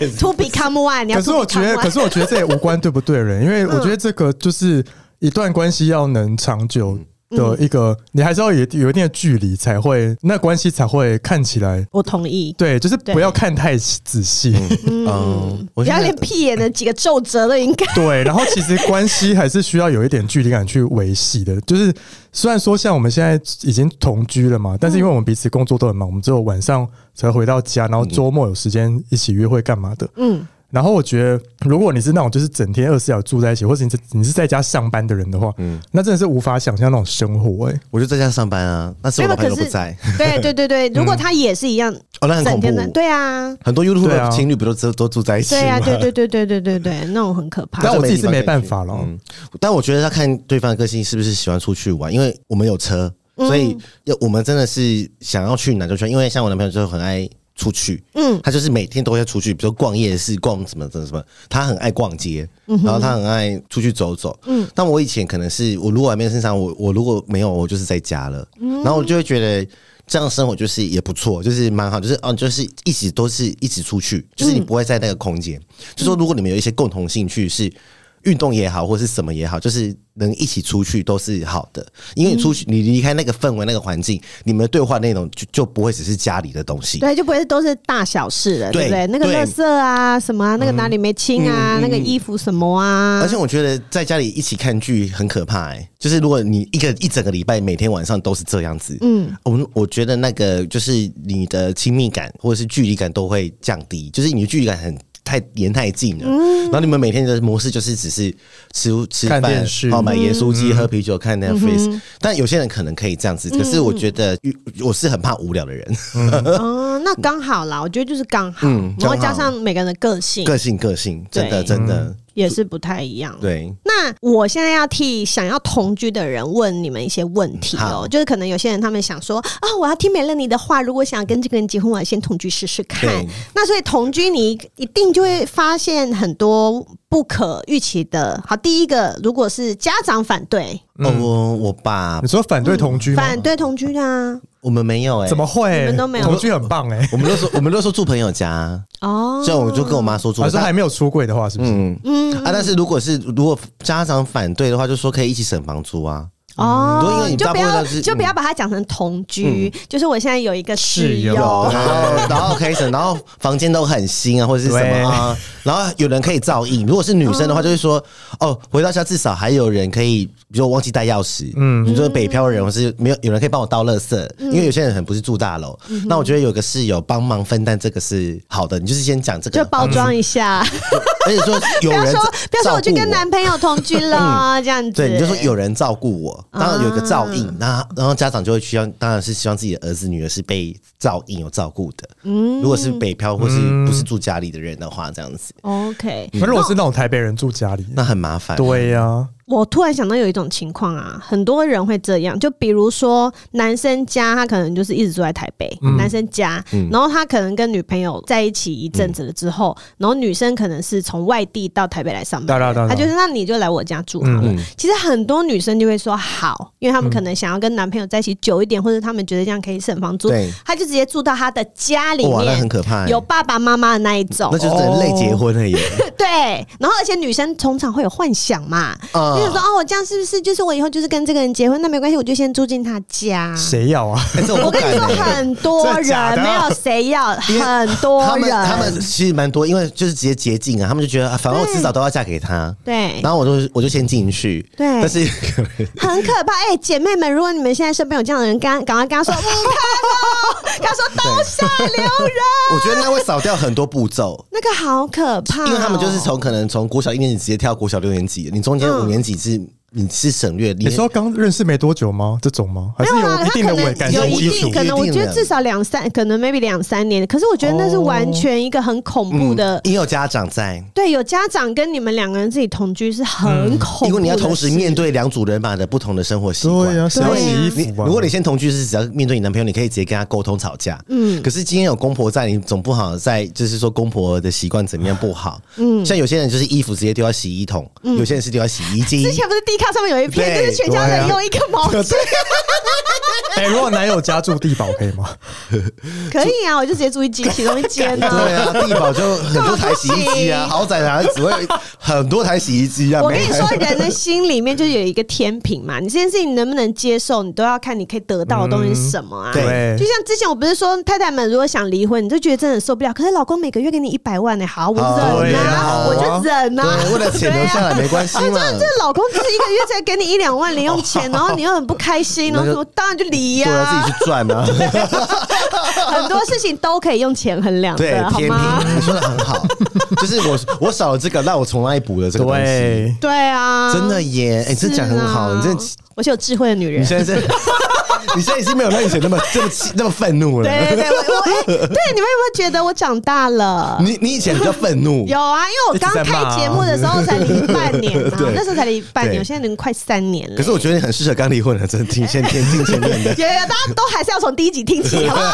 A: 对
B: 一
A: ，To become one，你要
C: 可是
A: to
C: 我觉
A: become
C: 得，
A: one
C: 可是我觉得这也无关对不对人，因为
A: 嗯
C: 我觉得这个就是一段关系要能长久的一个，
A: 嗯
C: 你还是要有有一定的距离才会，那关系才会看起来。
A: 我同意。
C: 对，就是不
A: 对
C: 要看太仔细。
B: 嗯，我
A: 不
B: 现
A: 要
B: 在
A: 连屁眼的几个皱褶都应 该。
C: 对，然后其实关系还是需要有一点距离感去维系的。就是虽然说像我们现在已经同居了嘛，但是因为我们彼此工作都很忙，我们只有晚上才回到家，然后周末有时间一起约会干嘛的。
A: 嗯，
C: 然后我觉得，如果你是那种就是整天二十四小时住在一起，或者你是你是在家上班的人的话，
B: 嗯
C: 那真的是无法想象那种生活哎、
B: 我就在家上班啊，那是我
A: 没有
B: 的朋友
A: 可是
B: 不在，
A: 对对对对，如果他也是一样，
B: 哦，那很
A: 整
B: 恐
A: 天的，
B: 怖。
A: 对啊，
B: 很多
C: 对啊
B: YouTube 情侣不都都都住在一起吗？
A: 对啊，对对对对对对对，那种很可怕
C: 但。我自己
B: 这
C: 是
B: 没
C: 没
B: 地方可
C: 办
B: 以去
C: 法了。
B: 但我觉得要看对方的个性是不是喜欢出去玩，因为我们有车，
A: 嗯
B: 所以要我们真的是想要去哪就去哪。因为像我男朋友就很爱出去，
A: 嗯
B: 嗯，他就是每天都会出去，比如说逛夜市、逛什么什么什么，他很爱逛街，然后他很爱出去走走，嗯。但我以前可能是我如果还没有身上，我我如果没有，我就是在家了，然后我就会觉得。这样生活就是也不错，就是蛮好，就是哦，就是一直都是一起出去，就是你不会在那个空间。就说如果你们有一些共同兴趣是运动也好，或是什么也好，就是能一起出去都是好的，因为你出去，你离开那个氛围、那个环境，你们的对话内容就就不会只是家里的东西。
A: 对，就不会都是大小事了，对
B: 对
A: 不对？那个
B: 对嗯
A: 垃圾啊，什么啊，那个哪里没清啊，那个衣服什么啊，
B: 而且我觉得在家里一起看剧很可怕、欸，就是如果你一个一整个礼拜每天晚上都是这样子，嗯，我我觉得那个就是你的亲密感或者是距离感都会降低，就是你的距离感很。太连太近了，然后你们每天的模式就是只是吃吃
C: 看
B: 饭，
C: 电视嗯
B: 然后买盐酥鸡、喝啤酒、看 Netflix、但有些人可能可以这样子，可是我觉得我是很怕无聊的人，
A: 哦，那刚好啦，我觉得就是刚好，然后
B: 嗯刚好
A: 加上每个人的个性
B: 个性个性，真的
A: 对
B: 真
C: 嗯
B: 的、
A: 也是不太一样。
B: 对。
A: 那我现在要替想要同居的人问你们一些问题哦，
B: 好
A: 就是可能有些人他们想说啊、我要听美乐你的话，如果想跟这个人结婚，我要先同居试试看
B: 对。
A: 那所以同居你一定就会发现很多不可预期的。好，第一个如果是家长反对，
C: 嗯
B: 哦，我我爸
C: 你说反对同
B: 嗯
C: 居
A: 嗯
C: 吗？
A: 反对同居的啊，
B: 我们没有哎、
C: 怎么会？
A: 你们都没有
C: 同居很棒哎、
B: 我们都说，我们都说住朋友家，
A: 哦，
B: 所以我就跟我妈说住。
C: 还说还没有出柜的话，是不是？
B: 嗯嗯啊，但是如果是如果家长反对的话，就说可以一起省房租啊。如果
A: 哦
B: 因为，你
A: 就
B: 大
A: 不
B: 部分
A: 要
B: 都是嗯
A: 就不要把它讲成同居，就是我现在有一个室
C: 室友
A: 友
C: 哦。
B: 然后啊然后可以省，然后房间都很新啊，或者是什
C: 对
B: 么啊，然后有人可以照应。如果是女生的话，就是说哦，回到家至少还有人可以，比如我忘记带钥匙，嗯，你说北漂人，或是没有有人可以帮我倒垃圾，
A: 嗯
B: 因为有些人很不是住大楼，那我觉得有个室友帮忙分担这个是好的。你就是先讲这个，
A: 就包装一下，
B: 而且说哎有
A: 不要
B: 人
A: 说不要说我去
B: 照
A: 跟
B: 顾
A: 男朋友同居了，这样子。
B: 对，你就说有人照顾我，
A: 啊
B: 当然有个照应，那、然后家长就会需要，当然是希望自己的儿子女儿是被照应有照顾的。嗯，如果是北漂或是
C: 嗯
B: 不是住家里的人的话，这样子
A: OK，
C: 可是我是那种台北人住家里，
B: 那很麻烦。啊
C: 对呀、
A: 我突然想到有一种情况啊，很多人会这样，就比如说男生家他可能就是一直住在台北，
B: 嗯
A: 男生家，然后他可能跟女朋友在一起一阵子了之后，然后女生可能是从外地到台北来上班
C: 当然
A: 的，
C: 当然
A: 他就是那你就来我家住好
B: 嗯
A: 了。其实很多女生就会说好，因为他们可能想要跟男朋友在一起久一点，或者他们觉得这样可以省房租
B: 对，
A: 他就直接住到他的家里
B: 哇，那很
A: 面，
B: 可怕、欸，
A: 有哦爸爸妈妈的那一种
B: 那。就是人类结婚了耶。
A: 对，然后而且女生通常会有幻想嘛，
B: 啊
A: 就是说哦，我这样是不是就是我以后就是跟这个人结婚？那没关系，我就先住进他家。
C: 谁要啊？
B: 欸这
A: 我
B: 我不
A: 跟
B: 敢
A: 你说，
B: 欸、
A: 很多
C: 真的假
A: 人
C: 的
A: 没有谁要，
B: 因为
A: 很多
B: 他们
A: 人
B: 他们其实蛮多，因为就是直接接近啊，他们就觉得、啊、反正我迟早都要嫁给他。
A: 对
B: 然后我就我就先进去，
A: 对
B: 但是
A: 很可怕。哎、姐妹们，如果你们现在身边有这样的人，赶赶快跟他说，你看哦，跟他说刀下留人，
B: 我觉得那会少掉很多步骤，
A: 那个好可怕哦、嗯
B: 因为他们就是从可能从国小一年级直接跳国小六年级，你中间五年级是你是省略，你
C: 你说刚认识没多久吗？这种吗？还是
A: 没有啊，
C: 有一
A: 他
C: 定
A: 可
C: 的伪
A: 能
C: 感
A: 有
C: 情
B: 有
A: 一
C: 基
A: 定，
C: 础？
A: 可能我
B: 一定
A: 觉得
B: 的
A: 至少两三，可能 maybe 两三年。可是我觉得那
B: 哦
A: 是完全一个很恐怖的，
B: 因为有家长在，
A: 对，有家长跟你们两个人自己同居是很嗯恐怖的事。
B: 嗯因为你要同时面对两组人马的不同的生活习惯。
C: 对啊，谁要洗衣
B: 你
C: 服啊？
B: 如果你先同居是只要面对你男朋友，你可以直接跟他沟通吵架。嗯，可是今天有公婆在，你总不好在就是说公婆的习惯怎么样不好。嗯，像有些人就是衣服直接丢到洗衣桶，有些人是丢到洗衣机
A: 嗯之。前不是 D 卡上面有一篇，
B: 对
A: 就是全家
C: 对
A: 人
C: 啊
A: 用一个毛 巾，
C: 哎、如果男友家住地堡可以吗？
A: 可以啊，我就直接租一间，其中一间呢。
B: 对啊，地堡就很多台洗衣 机啊，
A: 干嘛
B: 豪宅好像只会有很多台洗衣机啊。
A: 我跟
B: 每
A: 你
B: 台
A: 说，人的心里面就是有一个天平嘛，你这件事情能不能接受，你都要看你可以得到的东西是什么啊。
B: 嗯对
A: 就像之前我不是说太太们如果想离婚，你就觉得真的受不了，可是老公每个月给你一百万呢、欸好，我忍
C: 对
A: 啊
C: 啊，
A: 我就忍啊，
B: 哦对，为了钱 留下来没关系嘛。
A: 这老公就是一个月才给你一两万零用 钱，然后你又很不开心，然后说当然就离呀、
B: 对啊，自己去赚 啊。
A: 很多事情都可以用钱衡量
B: 对啊
A: 的，，好
B: 天
A: 吗？
B: 平，你说的很好，就是我我少了这个，那我从哪里补了这个东西？
C: 对，
A: 对啊，
B: 真的耶，哎、这讲很好，
A: 是啊
B: 你这
A: 我是有智慧的女人
B: 你。现在是， 你现在已经没有像以前那么这么气那么愤怒了。
A: 对对对，我我哎、对你们有没有觉得我长大了？
B: 你你以前比较愤怒，，
A: 有啊，因为我刚
C: 一直在骂
A: 开
C: 啊
A: 节目的时候才离半年啊
B: 对
A: 那时候才离半年，
B: 对
A: 我现在已经快三年了。
B: 可是我觉得你很适合刚离婚的，啊真的挺先挺 挺前面的。
A: 有有，大家都还是要从第一集听起，好不好？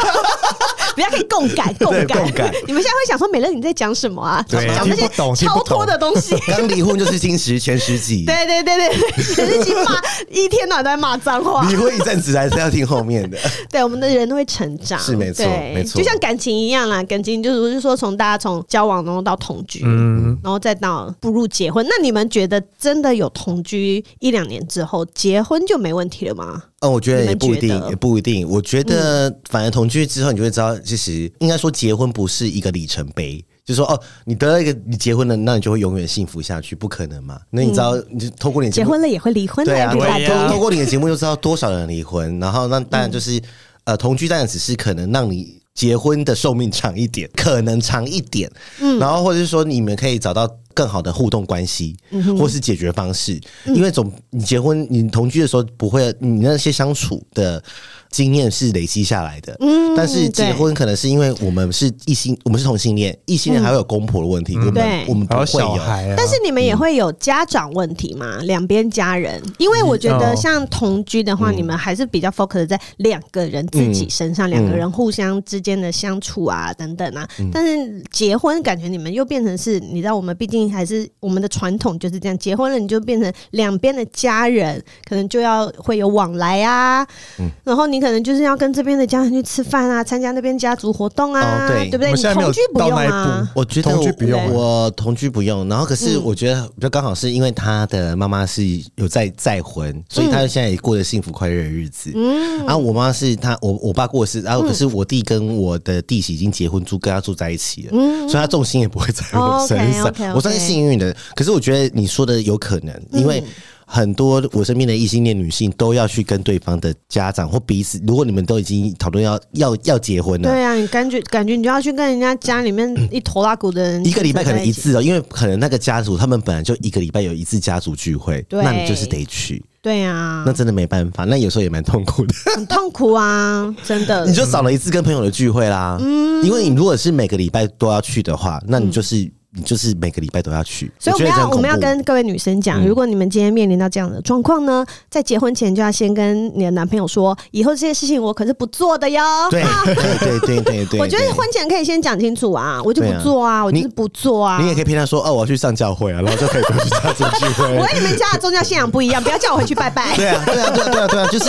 A: 比较可以共感，共
B: 对
A: 感。
B: 共感
A: 你们现在会想说，美乐你在讲什么啊？
C: 对
A: 讲那些
C: 听不懂听不
A: 超
C: 懂
A: 脱的东西。
B: 刚离婚就是金石前十集，
A: 对对对对，对人已经骂一天到晚都在骂脏话。
B: 离婚一阵子还是要听后面的。
A: 对，我们的人都会成长，
B: 是没错
A: 对
B: 没错
A: 就像感情一样啦，感情就是我是说从大家从交往然后到同居，
C: 嗯，
A: 然后再到步入结婚。那你们觉得真的有同居一两年之后结婚就没问题了吗？
B: 哦，我觉得
A: 你
B: 也
A: 们
B: 不一
A: 觉得嗯
B: 定，也不一定。我觉得，反而同居之后，你就会知道，其实应该说结婚不是一个里程碑，就是说哦，你得到一个你结婚了，那你就会永远幸福下去，不可能嘛。那你知道，你就透过你的
A: 嗯结
B: 节目
A: 婚了也会离婚的，嗯
B: 对啊，
A: 对
C: 对
A: 吧？
C: 呀
B: 通通过你的节目就知道多少人离婚，然后那当然就是、呃，同居当然只是可能让你。结婚的寿命长一
A: 嗯
B: 点，可能长一点，嗯，然后或者是说你们可以找到更好的互动关系，
A: 嗯
B: 或是解决方式，因为总你结婚你同居的时候不会，你那些相处的经验是累积下来的，嗯，但是结
A: 对嗯
B: 婚可能是因为我们是异性，我们是同性恋，异性恋还会有公婆的问题，我
A: 对
B: 们我们不
C: 嗯还有
B: 会
C: 小
B: 有，
C: 孩啊，
A: 但是你们也会有家长问题嘛？两边家人，因为我觉得
C: 嗯
A: 像同居的话，你们还是比较 focus 在两个人自己身上，两、个人互相之间的相处啊，等等啊。
C: 嗯
A: 但是结婚，感觉你们又变成是，你知道，我们毕竟还是我们的传统就是这样，结婚了你就变成两边的家人，可能就要会有往来啊。
C: 嗯
A: 然后你可能就是要跟这边的家人去吃饭啊，参加那边家族活动啊，
B: 哦对
A: 不对？
C: 我们
A: 你
C: 现在
A: 同
C: 没有
A: 居不
C: 到
A: 用
C: 那一
A: 啊。
C: 步，
B: 我觉得我
C: 同居不用啊
B: 我同居不用。然后可是我觉得就刚好是因为他的妈妈是有在再婚，所以他现在也过着幸福快乐的日子。嗯，然后我妈是她，我我爸过世，然后可是我弟跟我的弟媳已经结婚住，跟他住在一起了，所以他重心也不会在我身上。
A: 哦，OK，OK，OK
B: 我算是幸运的，可是我觉得你说的有可能，因为。很多我身边的异性恋女性都要去跟对方的家长或彼此，如果你们都已经讨论要要要结婚了，
A: 对啊，你感觉感觉你就要去跟人家家里面一头拉骨的人
B: 一个礼拜可能
A: 在
B: 一
A: 起，
B: 次哦，因为可能那个家族他们本来就一个礼拜有一次家族聚会，
A: 对
B: 那你就是得去，
A: 对啊
B: 那，真的没办法，那有时候也蛮痛苦的，
A: 很痛苦啊，真的
B: 你。就少了一次跟朋友的聚会啦。
A: 嗯
B: 因为你如果是每个礼拜都要去的话，那你就是、你就是每个礼拜都要去，
A: 所以我
B: 觉
A: 们
B: 得这
A: 要
B: 很
A: 我
B: 恐
A: 们要
B: 怖嗯
A: 跟各位女生讲，如果你们今天面临到这样的状况呢，在结婚前就要先跟你的男朋友说，以后这些事情我可是不做的哟。
B: 对 对对对对对，
A: 我觉得
B: 对
A: 婚前可以先讲清楚啊，我就不
B: 对啊
A: 做啊，我就是
B: 你
A: 不做啊。
B: 你也可以骗他说哦，我要去上教会啊，然后就可以不去家族聚会
A: 我。跟你们家的宗教信仰不一样，不要叫我回去拜 拜。
B: 对啊，对啊，对啊，对啊，对啊，就是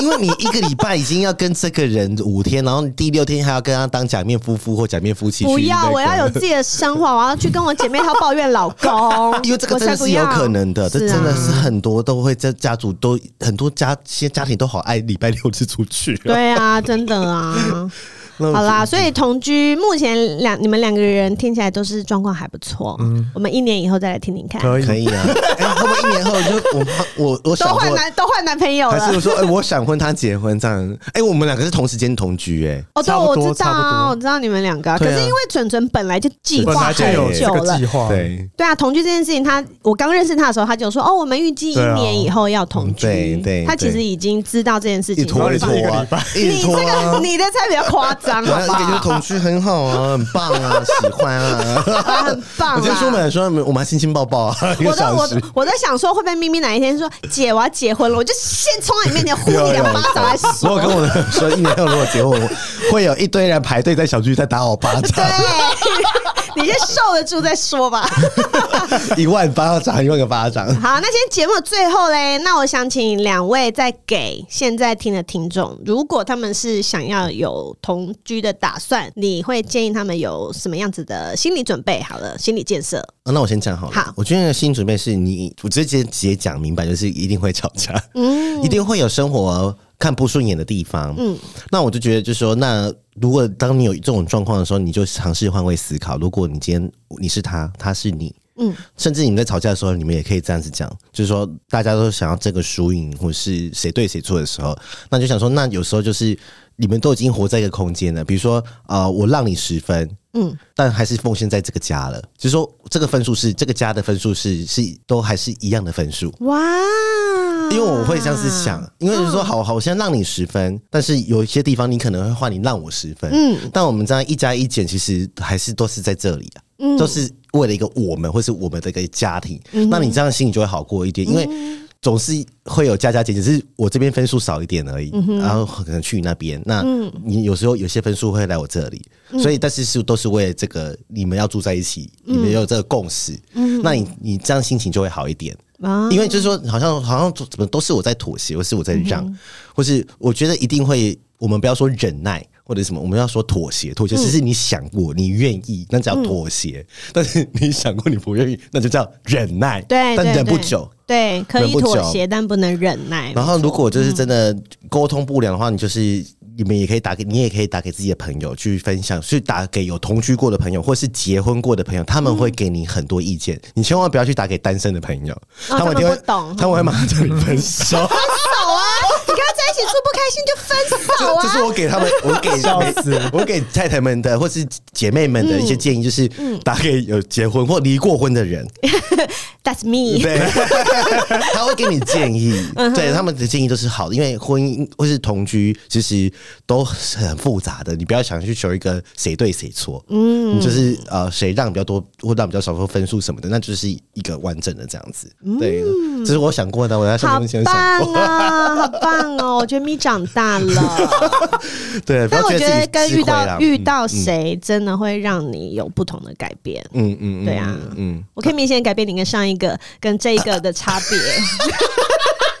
B: 因为你一个礼拜已经要跟这个人五天，然后你第六天还要跟他当假面夫妇或假面夫妻去那
A: 不
B: 个，，
A: 要，我要有自己的生活，我要去跟我姐妹她抱怨老公
B: 因为这个
A: 我
B: 真
A: 才
B: 的
A: 不
B: 是有
A: 要
B: 可能的，这
A: 是啊
B: 真的是很多都会在家族都 很多家现在家庭都好爱礼拜六日出去、啊。
A: 对啊，真的啊，
B: 那
A: 好啦，所以同居目前两你们两个人听起来都是状况还不错，我们一年以后再来听听看，
C: 可以
B: 可以嗯啊。 哎、会不会一年后就我我
A: 都
B: 我闪
A: 换
B: 婚，
A: 男都换男朋友
B: 还
A: 了
B: 是。说哎、我闪婚，他结婚这样？哎、我们两个是同时间同居哎、
A: 哦，对，
C: 差不
A: 我
C: 多
A: 知道
C: 差不
A: 啊，
C: 多
A: 我知道你们两个啊，可
B: 对啊
A: 是因为准准本来就计
C: 本
A: 划
C: 来就
A: 很
C: 有
A: 久
C: 这个
A: 了
C: 计，划，，
B: 对
A: 对啊，同居这件事情他，我刚认识他的时候，他就说：“哦，我们预计一
C: 对啊
A: 年以后要同居。
B: 嗯对对
A: 他其实
B: 对
A: 已经知道这件事情。
B: 一拖一
A: 你
B: 拖
C: 一个
B: 啊
C: 礼拜，
B: 一直
A: 这
B: 拖啊
A: 个。你的才比较夸 张，
B: 然
A: 好啊
B: 后
A: 不
B: 一啊个就是
A: 好？
B: 哎同居很好啊，很棒啊，喜欢啊。
A: 啊很 棒啦。
B: 我今天出门的时候，我们还亲亲抱抱啊，一
A: 我
B: 个
A: 在
B: 小
A: 我
B: 时。
A: 我在想说，会不会咪咪哪一天说姐我要结婚了，我就先冲到你面前 呼 你两巴掌来
B: 我
A: 说。
B: 有跟我的说，一年后如果结婚，我会有一堆人排队在小区在打我巴掌，
A: 对， 你先受得住再说吧。
B: 一万巴掌，一万个巴掌。
A: 好，那今天节目最后嘞，那我想请两位再给现在听的听众，如果他们是想要有同居的打算，你会建议他们有什么样子的心理准备？好了，心理建设。
B: 啊那我先讲好了。
A: 好
B: 我觉得心理准备是你，我直接直接讲明白，就是一定会吵架，
A: 嗯
B: 一定会有生活看不顺眼的地方。
A: 嗯，
B: 那我就觉得，就是说，那如果当你有这种状况的时候，你就尝试换位思考。如果你今天你是他，他是你，
A: 嗯，
B: 甚至你们在吵架的时候，你们也可以这样子讲，就是说大家都想要这个输赢，或是谁对谁错的时候，那就想说，那有时候就是你们都已经活在一个空间了，比如说，呃，我让你十分，
A: 嗯，
B: 但还是奉献在这个家了，就是说这个分数是这个家的分数是是都还是一样的分数，
A: 哇，
B: 因为我会这样子想，，因为就是说，好好，我现在让你十分，但是有一些地方你可能会换你让我十分，
A: 嗯
B: 但我们这样一加一减，其实还是都是在这里啊，都是为了一个我们或是我们的一个家庭，那你这样心里就会好过一点，因为。总是会有加加减减，只是我这边分数少一点而已，然后可能去你那边，那你有时候有些分数会来我这里，所以但是是都是为了这个你们要住在一起，你们有这个共识，那你你这样心情就会好一点。
A: 啊
B: 因为就是说，好像好像怎么都是我在妥协，或是我在让，
A: 嗯
B: 或是我觉得一定会，我们不要说忍耐或者什么，我们要说妥协。
A: 嗯
B: 妥协只是你想过，你愿意，那叫妥协；但是你想过你不愿意，那就叫忍耐。
A: 对，
B: 但
A: 对
B: 忍不
A: 对
B: 久。
A: 对，可以
B: 忍不
A: 妥
B: 久
A: 协，但不嗯能忍耐。
B: 然后，如果就是真的沟通不良的话，你就是你们也可以打给你，也可以打给自己的朋友去分享，去打给有同居过的朋友，或是结婚过的朋友，他们会给你很多意见。
A: 嗯
B: 你千万不要去打给单身的朋友，
A: 他
B: 们一
A: 们
B: 定会
A: 哦不懂
B: 他们会马上叫你分手。
A: 手啊！你跟他在一起住不开心就分手
B: 这是
A: 啊！
B: 我给他们，我 给
C: 笑死
B: 我给太太们的或是姐妹们的一些
A: 嗯
B: 建议，就是打给有结婚或离过婚的人，
A: That's me。
B: 对， 他会给你建议，
A: 嗯
B: 对他们的建议都是好的，因为婚姻或是同居其实都是很复杂的，你不要想去求一个谁对谁错，嗯，你就是呃谁让比较多或让比较少说分数什么的，那就是一个完整的这样子，
A: 嗯
B: 对，这是我想过的，我在上
A: 好
B: 面前想
A: 棒
B: 过，
A: 啊，好棒哦！我觉得咪长大 了，
B: 对，不
A: 但
B: 要
A: 我
B: 觉
A: 觉
B: 自
A: 得
B: 己
A: 跟
B: 吃
A: 遇
B: 亏啦嗯
A: 到遇到谁，真的会让你有不同的改变。
B: 嗯嗯嗯，
A: 对啊
B: 嗯嗯。
A: 我可以明显改变你跟上一个跟这一个的差别。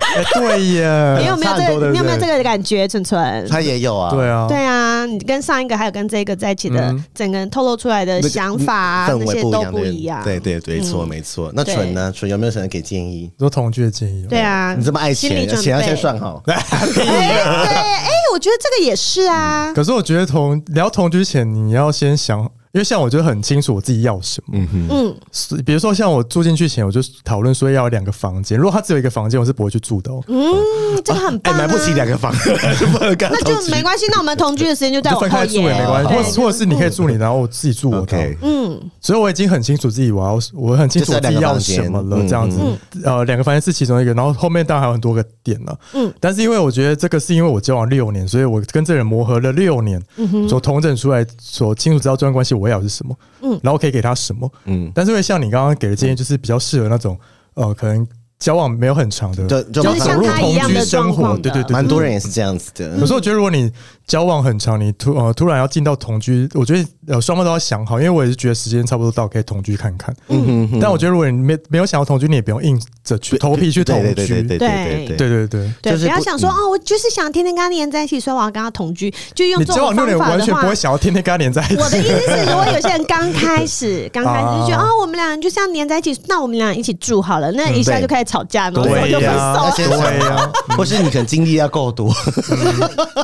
C: 哎对耶，
A: 你有没有
C: 差很
A: 这个？
C: 多对不
A: 你有没有这
C: 对
A: 个感觉，纯纯？
B: 他也有啊，
C: 对啊，
A: 对啊，你跟上一个还有跟这个在一起的
C: 嗯，
A: 整个人透露出来的
B: 那个
A: 想法啊，
B: 氛
A: 那
B: 围
A: 些
B: 不
A: 都
B: 样，
A: 不一样。嗯
B: 对对对，没错没错。那纯呢？纯有没有想要给建议？
C: 你说同居的建议吗，哦
A: 对啊，
B: 你这么爱
A: 心理
B: 钱，
A: 准
B: 钱要
A: 备
B: 先算好。
C: 啊
A: 哎、对，哎、我觉得这个也是啊。
C: 可是我觉得同聊同居前，你要先想，因为像我就很清楚我自己要什么。
A: 嗯，
C: 是比如说像我住进去前，我就讨论说要有两个房间。如果他只有一个房间，我是不会去住的、哦。
A: 嗯，这个很
B: 哎，
A: 棒、啊
B: 买不起两个 房，就不能干
A: 那就没关系。那我们同居的时间就在
C: 就
A: 我
C: 分
A: 后
C: 开住
A: 延，
C: 也没关系，
A: 对
C: 或者或者是你可以住你的，然后我自己住我的。
B: OK，
A: 嗯
C: 所以我已经很清楚自己我要，我很清楚我自己要什么了，
B: 就是
C: 这
B: 要两
C: 样
B: 个
C: 子
B: 房。嗯
C: 呃，两个房间是其中一个，然后后面当然还有很多个点呢、
A: 嗯
C: 嗯，但是因为我觉得这个是因为我交往六年，所以我跟这人磨合了六年，所统整出来，所清楚知道这段关系我要的是什么，
A: 嗯
C: 嗯，然后可以给他什么，
B: 嗯，
C: 但是因为像你刚刚给的建议，就是比较适合那种呃，可能交往没有很长的，
B: 就就
A: 就
C: 要
A: 是
B: 蛮
A: 像
C: 走入
A: 他一样
C: 同
A: 的
C: 居
A: 状
C: 生
A: 况
C: 活，
A: 的
C: 对对对，
B: 蛮多人也是这样子
C: 可
B: 的。
C: 是我觉得，如果你交往很长，你突呃突然要进到同居，我觉得呃双方都要想好，因为我也是觉得时间差不多到，可以同居看看。
B: 嗯哼哼
C: 但我觉得，如果你没没有想要同居，你也不用硬着去头皮去同
B: 对对
C: 居。
B: 对对对对
C: 对对对
A: 对，
B: 就是
A: 不要
B: 不
A: 想说
B: 嗯
A: 哦，我就是想天天跟他黏在一起，所以我要跟他同居，就用
C: 你
A: 这
C: 交
A: 种
C: 往六年
A: 方法
C: 完
A: 的
C: 全不
A: 话
C: 会。想要天天跟他黏在一起。
A: 我的意思是，如果有些人刚开始，刚开始就觉得
C: 啊嗯
A: 哦，我们俩就像黏在一起，那我们俩一起住好了，那一下
B: 对啊
A: 就开始吵架，然后
C: 对
A: 就分手
C: 呀、
A: 了。
C: 对啊呀、
B: 或是你可能经历要够多，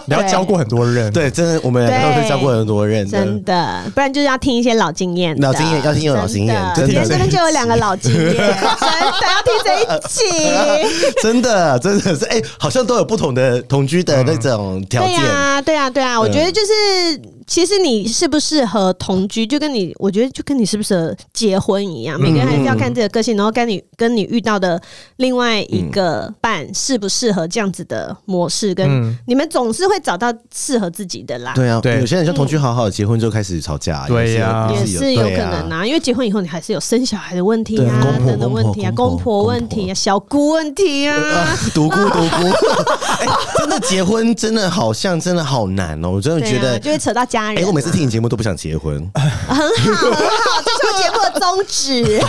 C: 你要教过很多人。
B: 对，真的，我们两个都是教过很多人的，
A: 真的，不然就是要听一些老经验的，
B: 老经验要听有老经验
A: 真的今
B: 真的
A: 天这边就有两个老经验，真的要听这一集。
B: 真的，真的是，哎、好像都有不同的同居
C: 嗯
B: 的那种条
A: 对啊
B: 件，嗯
A: 呀、对呀、对呀、我觉得就是，其实你适不适合同居，就跟你，我觉得就跟你适不适合结婚一
B: 嗯
A: 样，每个人还是要看自己的个性，然后跟你跟你遇到的另外一个伴适不适合这样子的模式，跟、
C: 嗯
A: 你们总是会找到适合自己的啦。
B: 对啊，
C: 对
B: 有些人就同居好好，结婚就开始吵架，
C: 对呀
A: 嗯也
B: 有
A: 是有可
B: 对啊
A: 能啊，因为结婚以后你还是有生小孩的问题
B: 对
A: 啊，
B: 公婆
A: 等等问题啊，
B: 公
A: 公
B: 婆
A: 婆问
B: 公
A: 题啊，
B: 婆
A: 小姑问题 啊，
B: 独孤独孤， 哎、真的结婚真的好像真的好难哦，我真的
A: 对
B: 觉得
A: 啊，，就会扯到家
B: 哎、
A: 人啊。
B: 我每次听你节目都不想结婚，
A: 很 好，很好，这是我节目的宗 旨。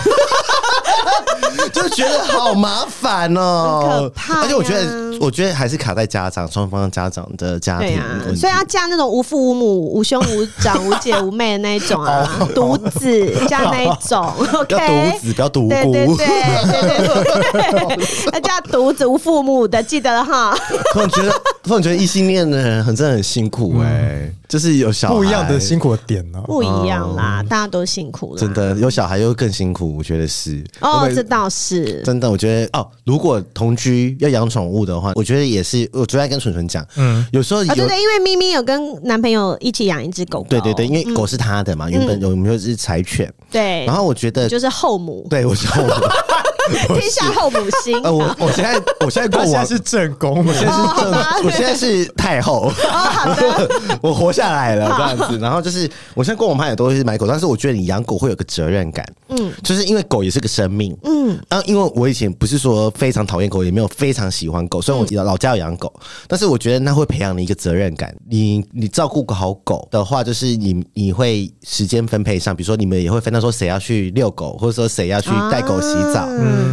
B: 就觉得好麻烦哦，
A: 很可怕呀
B: 而且我觉得，我觉得还是卡在家长双方家长的家
A: 对
B: 庭
A: 啊
B: 问，题
A: 所以要嫁那种无父无母、无兄无长、无姐无妹的那一种啊，独子嫁那一种，OK。
B: 不要独子，不要独
A: 对对对
B: 孤。
A: 对对对，要嫁独子无父无母的，记得了哈。
B: 突然觉得，突然觉得异性恋的人很真的很辛苦哎、就是有小孩
C: 嗯不一样的辛苦的点啊呢、
A: 不一样啦，大家都辛苦了。
B: 真的有小孩又更辛苦，我觉得是我
A: 哦，
B: 每
A: 这倒是。
B: 真的，我觉得哦，如果同居要养宠物的话，我觉得也是。我昨天还跟纯纯讲，嗯，有时候有、
A: 啊，对对，因为咪咪有跟男朋友一起养一只狗狗，
B: 对对对因为狗是他的嘛，原本有我们就是柴犬，
A: 哦嗯对，
B: 然后我觉得
A: 你，就是后母，
B: 对我 是后母，
A: 天下后母心。
B: 呃，我我现在我现在
C: 他
B: 过
C: 现在
B: 往，
C: 是正
B: 哦
C: 宫，我啊现在是
B: 我现在是我现在是太后， 我活下来了这样子。然后就是我现在跟我妈也都是买狗，但是我觉得你养狗会有个责任感，嗯，就是因为狗也是个生命，嗯，啊，因为我以前不是说非常讨厌狗，也没有非常喜欢狗，虽然我老家有养狗，但是我觉得那会培养你一个责任感。你你照顾好狗的话，就是你你会时间分配上，比如说你们也会分到说谁要去遛狗，或者说谁要去带狗洗澡，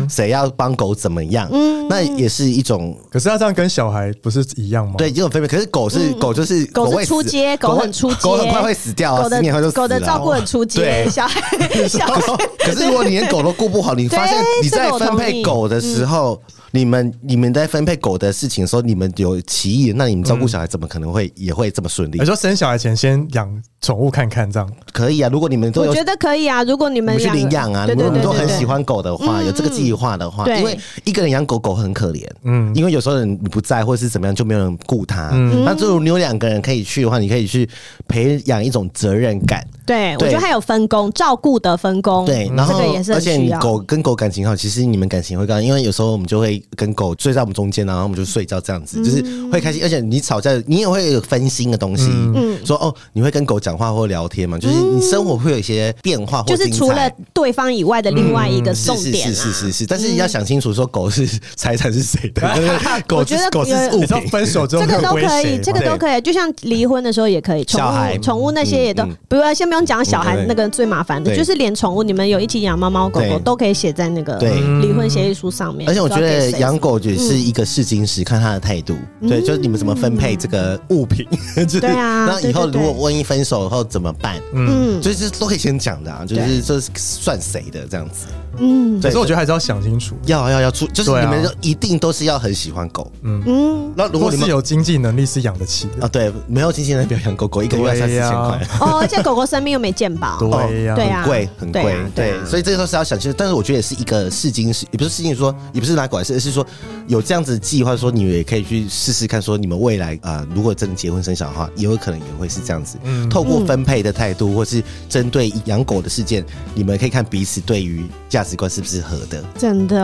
B: 谁要帮狗怎么样，那也是一种
C: 可是他这样跟小孩不是一样吗？
B: 对，这种分别。可是狗是、狗，就是
A: 嗯狗是
B: 会
A: 出
B: 死
A: 街狗
B: 狗
A: 很出街
B: 狗很快会死掉、啊，
A: 狗
B: 十年后就
A: 的
B: 死了
A: 狗
B: 哦
A: 的照顾很出街，
B: 对
A: 小孩小孩
B: 可是如果你连狗都顾不好，你发现
A: 对
B: 你在
A: 这个我
B: 分
A: 同意嗯
B: 配狗的时候，你们你们在分配狗的事情的时候，你们有歧义，那你们照顾小孩怎么可能会、也会这么顺利
C: 你？说生小孩前先养宠物看看，这样
B: 可以啊，如果你们都
A: 我
B: 有
A: 觉。得可以啊，如果你
B: 你
A: 们
B: 们去
A: 两个
B: 领养啊！
A: 对
B: 如果
A: 对
B: 你们
A: 对
B: 都很
A: 对嗯
B: 喜欢狗的话，有这个计划的话，
A: 对
B: 因为一个人养狗狗很可怜，嗯，因为有时候你不在或是怎么样，就没有人顾它。那如果你有两个人可以去的话，你可以去培养一种责任感，
A: 对，我
B: 对
A: 觉得还有分工，照顾的分工，
B: 对，然后、
A: 哦这个也是
B: 而
A: 很
B: 且
A: 需
B: 你
A: 要。
B: 狗跟狗感情好，其实你们感情会更好，因为有时候我们就会跟狗睡在我们中间，然后我们就睡觉这样子，
A: 嗯
B: 就是会开心。而且你吵架，你也会有分心的东西，
A: 嗯
B: 说哦，你会跟狗讲话或聊天嘛，就是你生活会有一些变化或
A: 就是
B: 精
A: 除了
B: 彩。嗯
A: 对方以外的另外一个重
B: 是是
A: 点
B: 是
A: 啊
B: 是，是是，但是你要想清楚，说 狗是财产是谁的，因为狗是
A: 我觉得
B: 狗是
A: 有
B: 物
C: 你知道
B: 品，
C: 分手之后
A: 这个
C: 会
A: 都
C: 归
A: 可
C: 谁
A: 以，
C: 吗
A: 这个都可以，就像离婚的时候也可以，宠
B: 小孩
A: 物宠物那些也都
B: 嗯嗯，
A: 不要先不用讲小孩
B: 嗯对
A: 那个最麻烦的，
B: 对
A: 就是连宠物你们有一起养猫猫狗狗
B: 对
A: 都可以写在那个
B: 对
A: 离婚协议书上面。
B: 而且我觉
A: 不知道
B: 得
A: 给谁嗯
B: 养狗也是一个试金石，看它的态度。对，就是你们怎么分配这个物品， 就是
A: 对啊
B: 那以后
A: 对对
B: 如
A: 对
B: 果万一分手后怎么办？
A: 嗯
B: 嗯，就是都可以先讲的啊，就是这是算谁的这样子。
A: 嗯
C: 可
B: 对，
C: 是我觉
B: 得
C: 得还是要想清楚。
B: 要要要出，就是
C: 对啊
B: 你们都一定都是要很喜欢狗。
A: 嗯。
B: 那如
C: 如果
B: 果你
C: 是
B: 们
C: 有经济能力是养得起的，
B: 啊，对，没有经纪人表养狗狗，一个月要三四千
C: 对呀
B: 块。
A: 哦，而且狗狗生病又没健 保，
B: 哦
C: 对呀、
A: 对啊
B: 很贵，很
A: 对
B: 贵
A: 啊，对啊
B: 对，所以这个都是要想清楚。但是我觉得也是一个试金石，也不是试金石说，也不是拿过来试，而是说有这样子的计划，说你们也可以去试试看，说你们未来啊、呃如果真的结婚生小孩的话，也有可能也会是这样子。透过分配的态度，或是针对养狗的事件，你们可以看彼此对于价值观是不是合的。
A: 真的，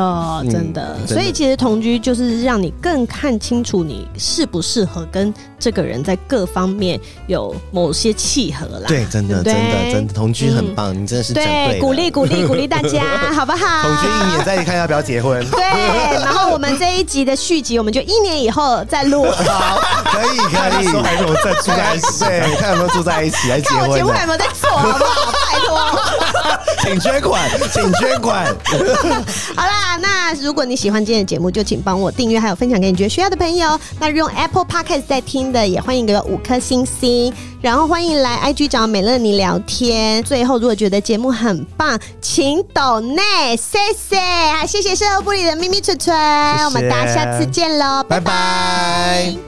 A: 真的。
B: 嗯真的
A: 所以其实同居就是让你更看清楚你适不适合跟这个人在各方面有某些契合啦。
B: 对，真的，
A: 对
B: 真
A: 不对
B: 的，真的，同居很棒，你真的是讲对
A: 对，
B: 了
A: 鼓励鼓励鼓励大家，好不好？。
B: 同居一年，再看要不要结婚
A: 对，然后我们这一集的续集，我们就一年以后再 录。
B: 好，可以可
C: 那
B: 以
C: 时候，还是我再住在一起。
B: 对，看有没有住在一起，还结
A: 看我
B: 婚啊
A: 节目
B: 呢
A: 还有没有在做，好不好？拜托，
B: 请捐款，请捐款。
A: 好啦，那如果你喜欢今天的节目，就请帮我订阅，还有分享给你觉得需要的朋友。那用 Apple Podcast 在听的，也欢迎给我五颗星星，然后欢迎来 IG 找美乐你聊天。最后，如果觉得节目很棒，请抖内，谢谢，还谢谢售后部里的咪咪蠢蠢，我们大家下次见喽，拜拜
B: 拜拜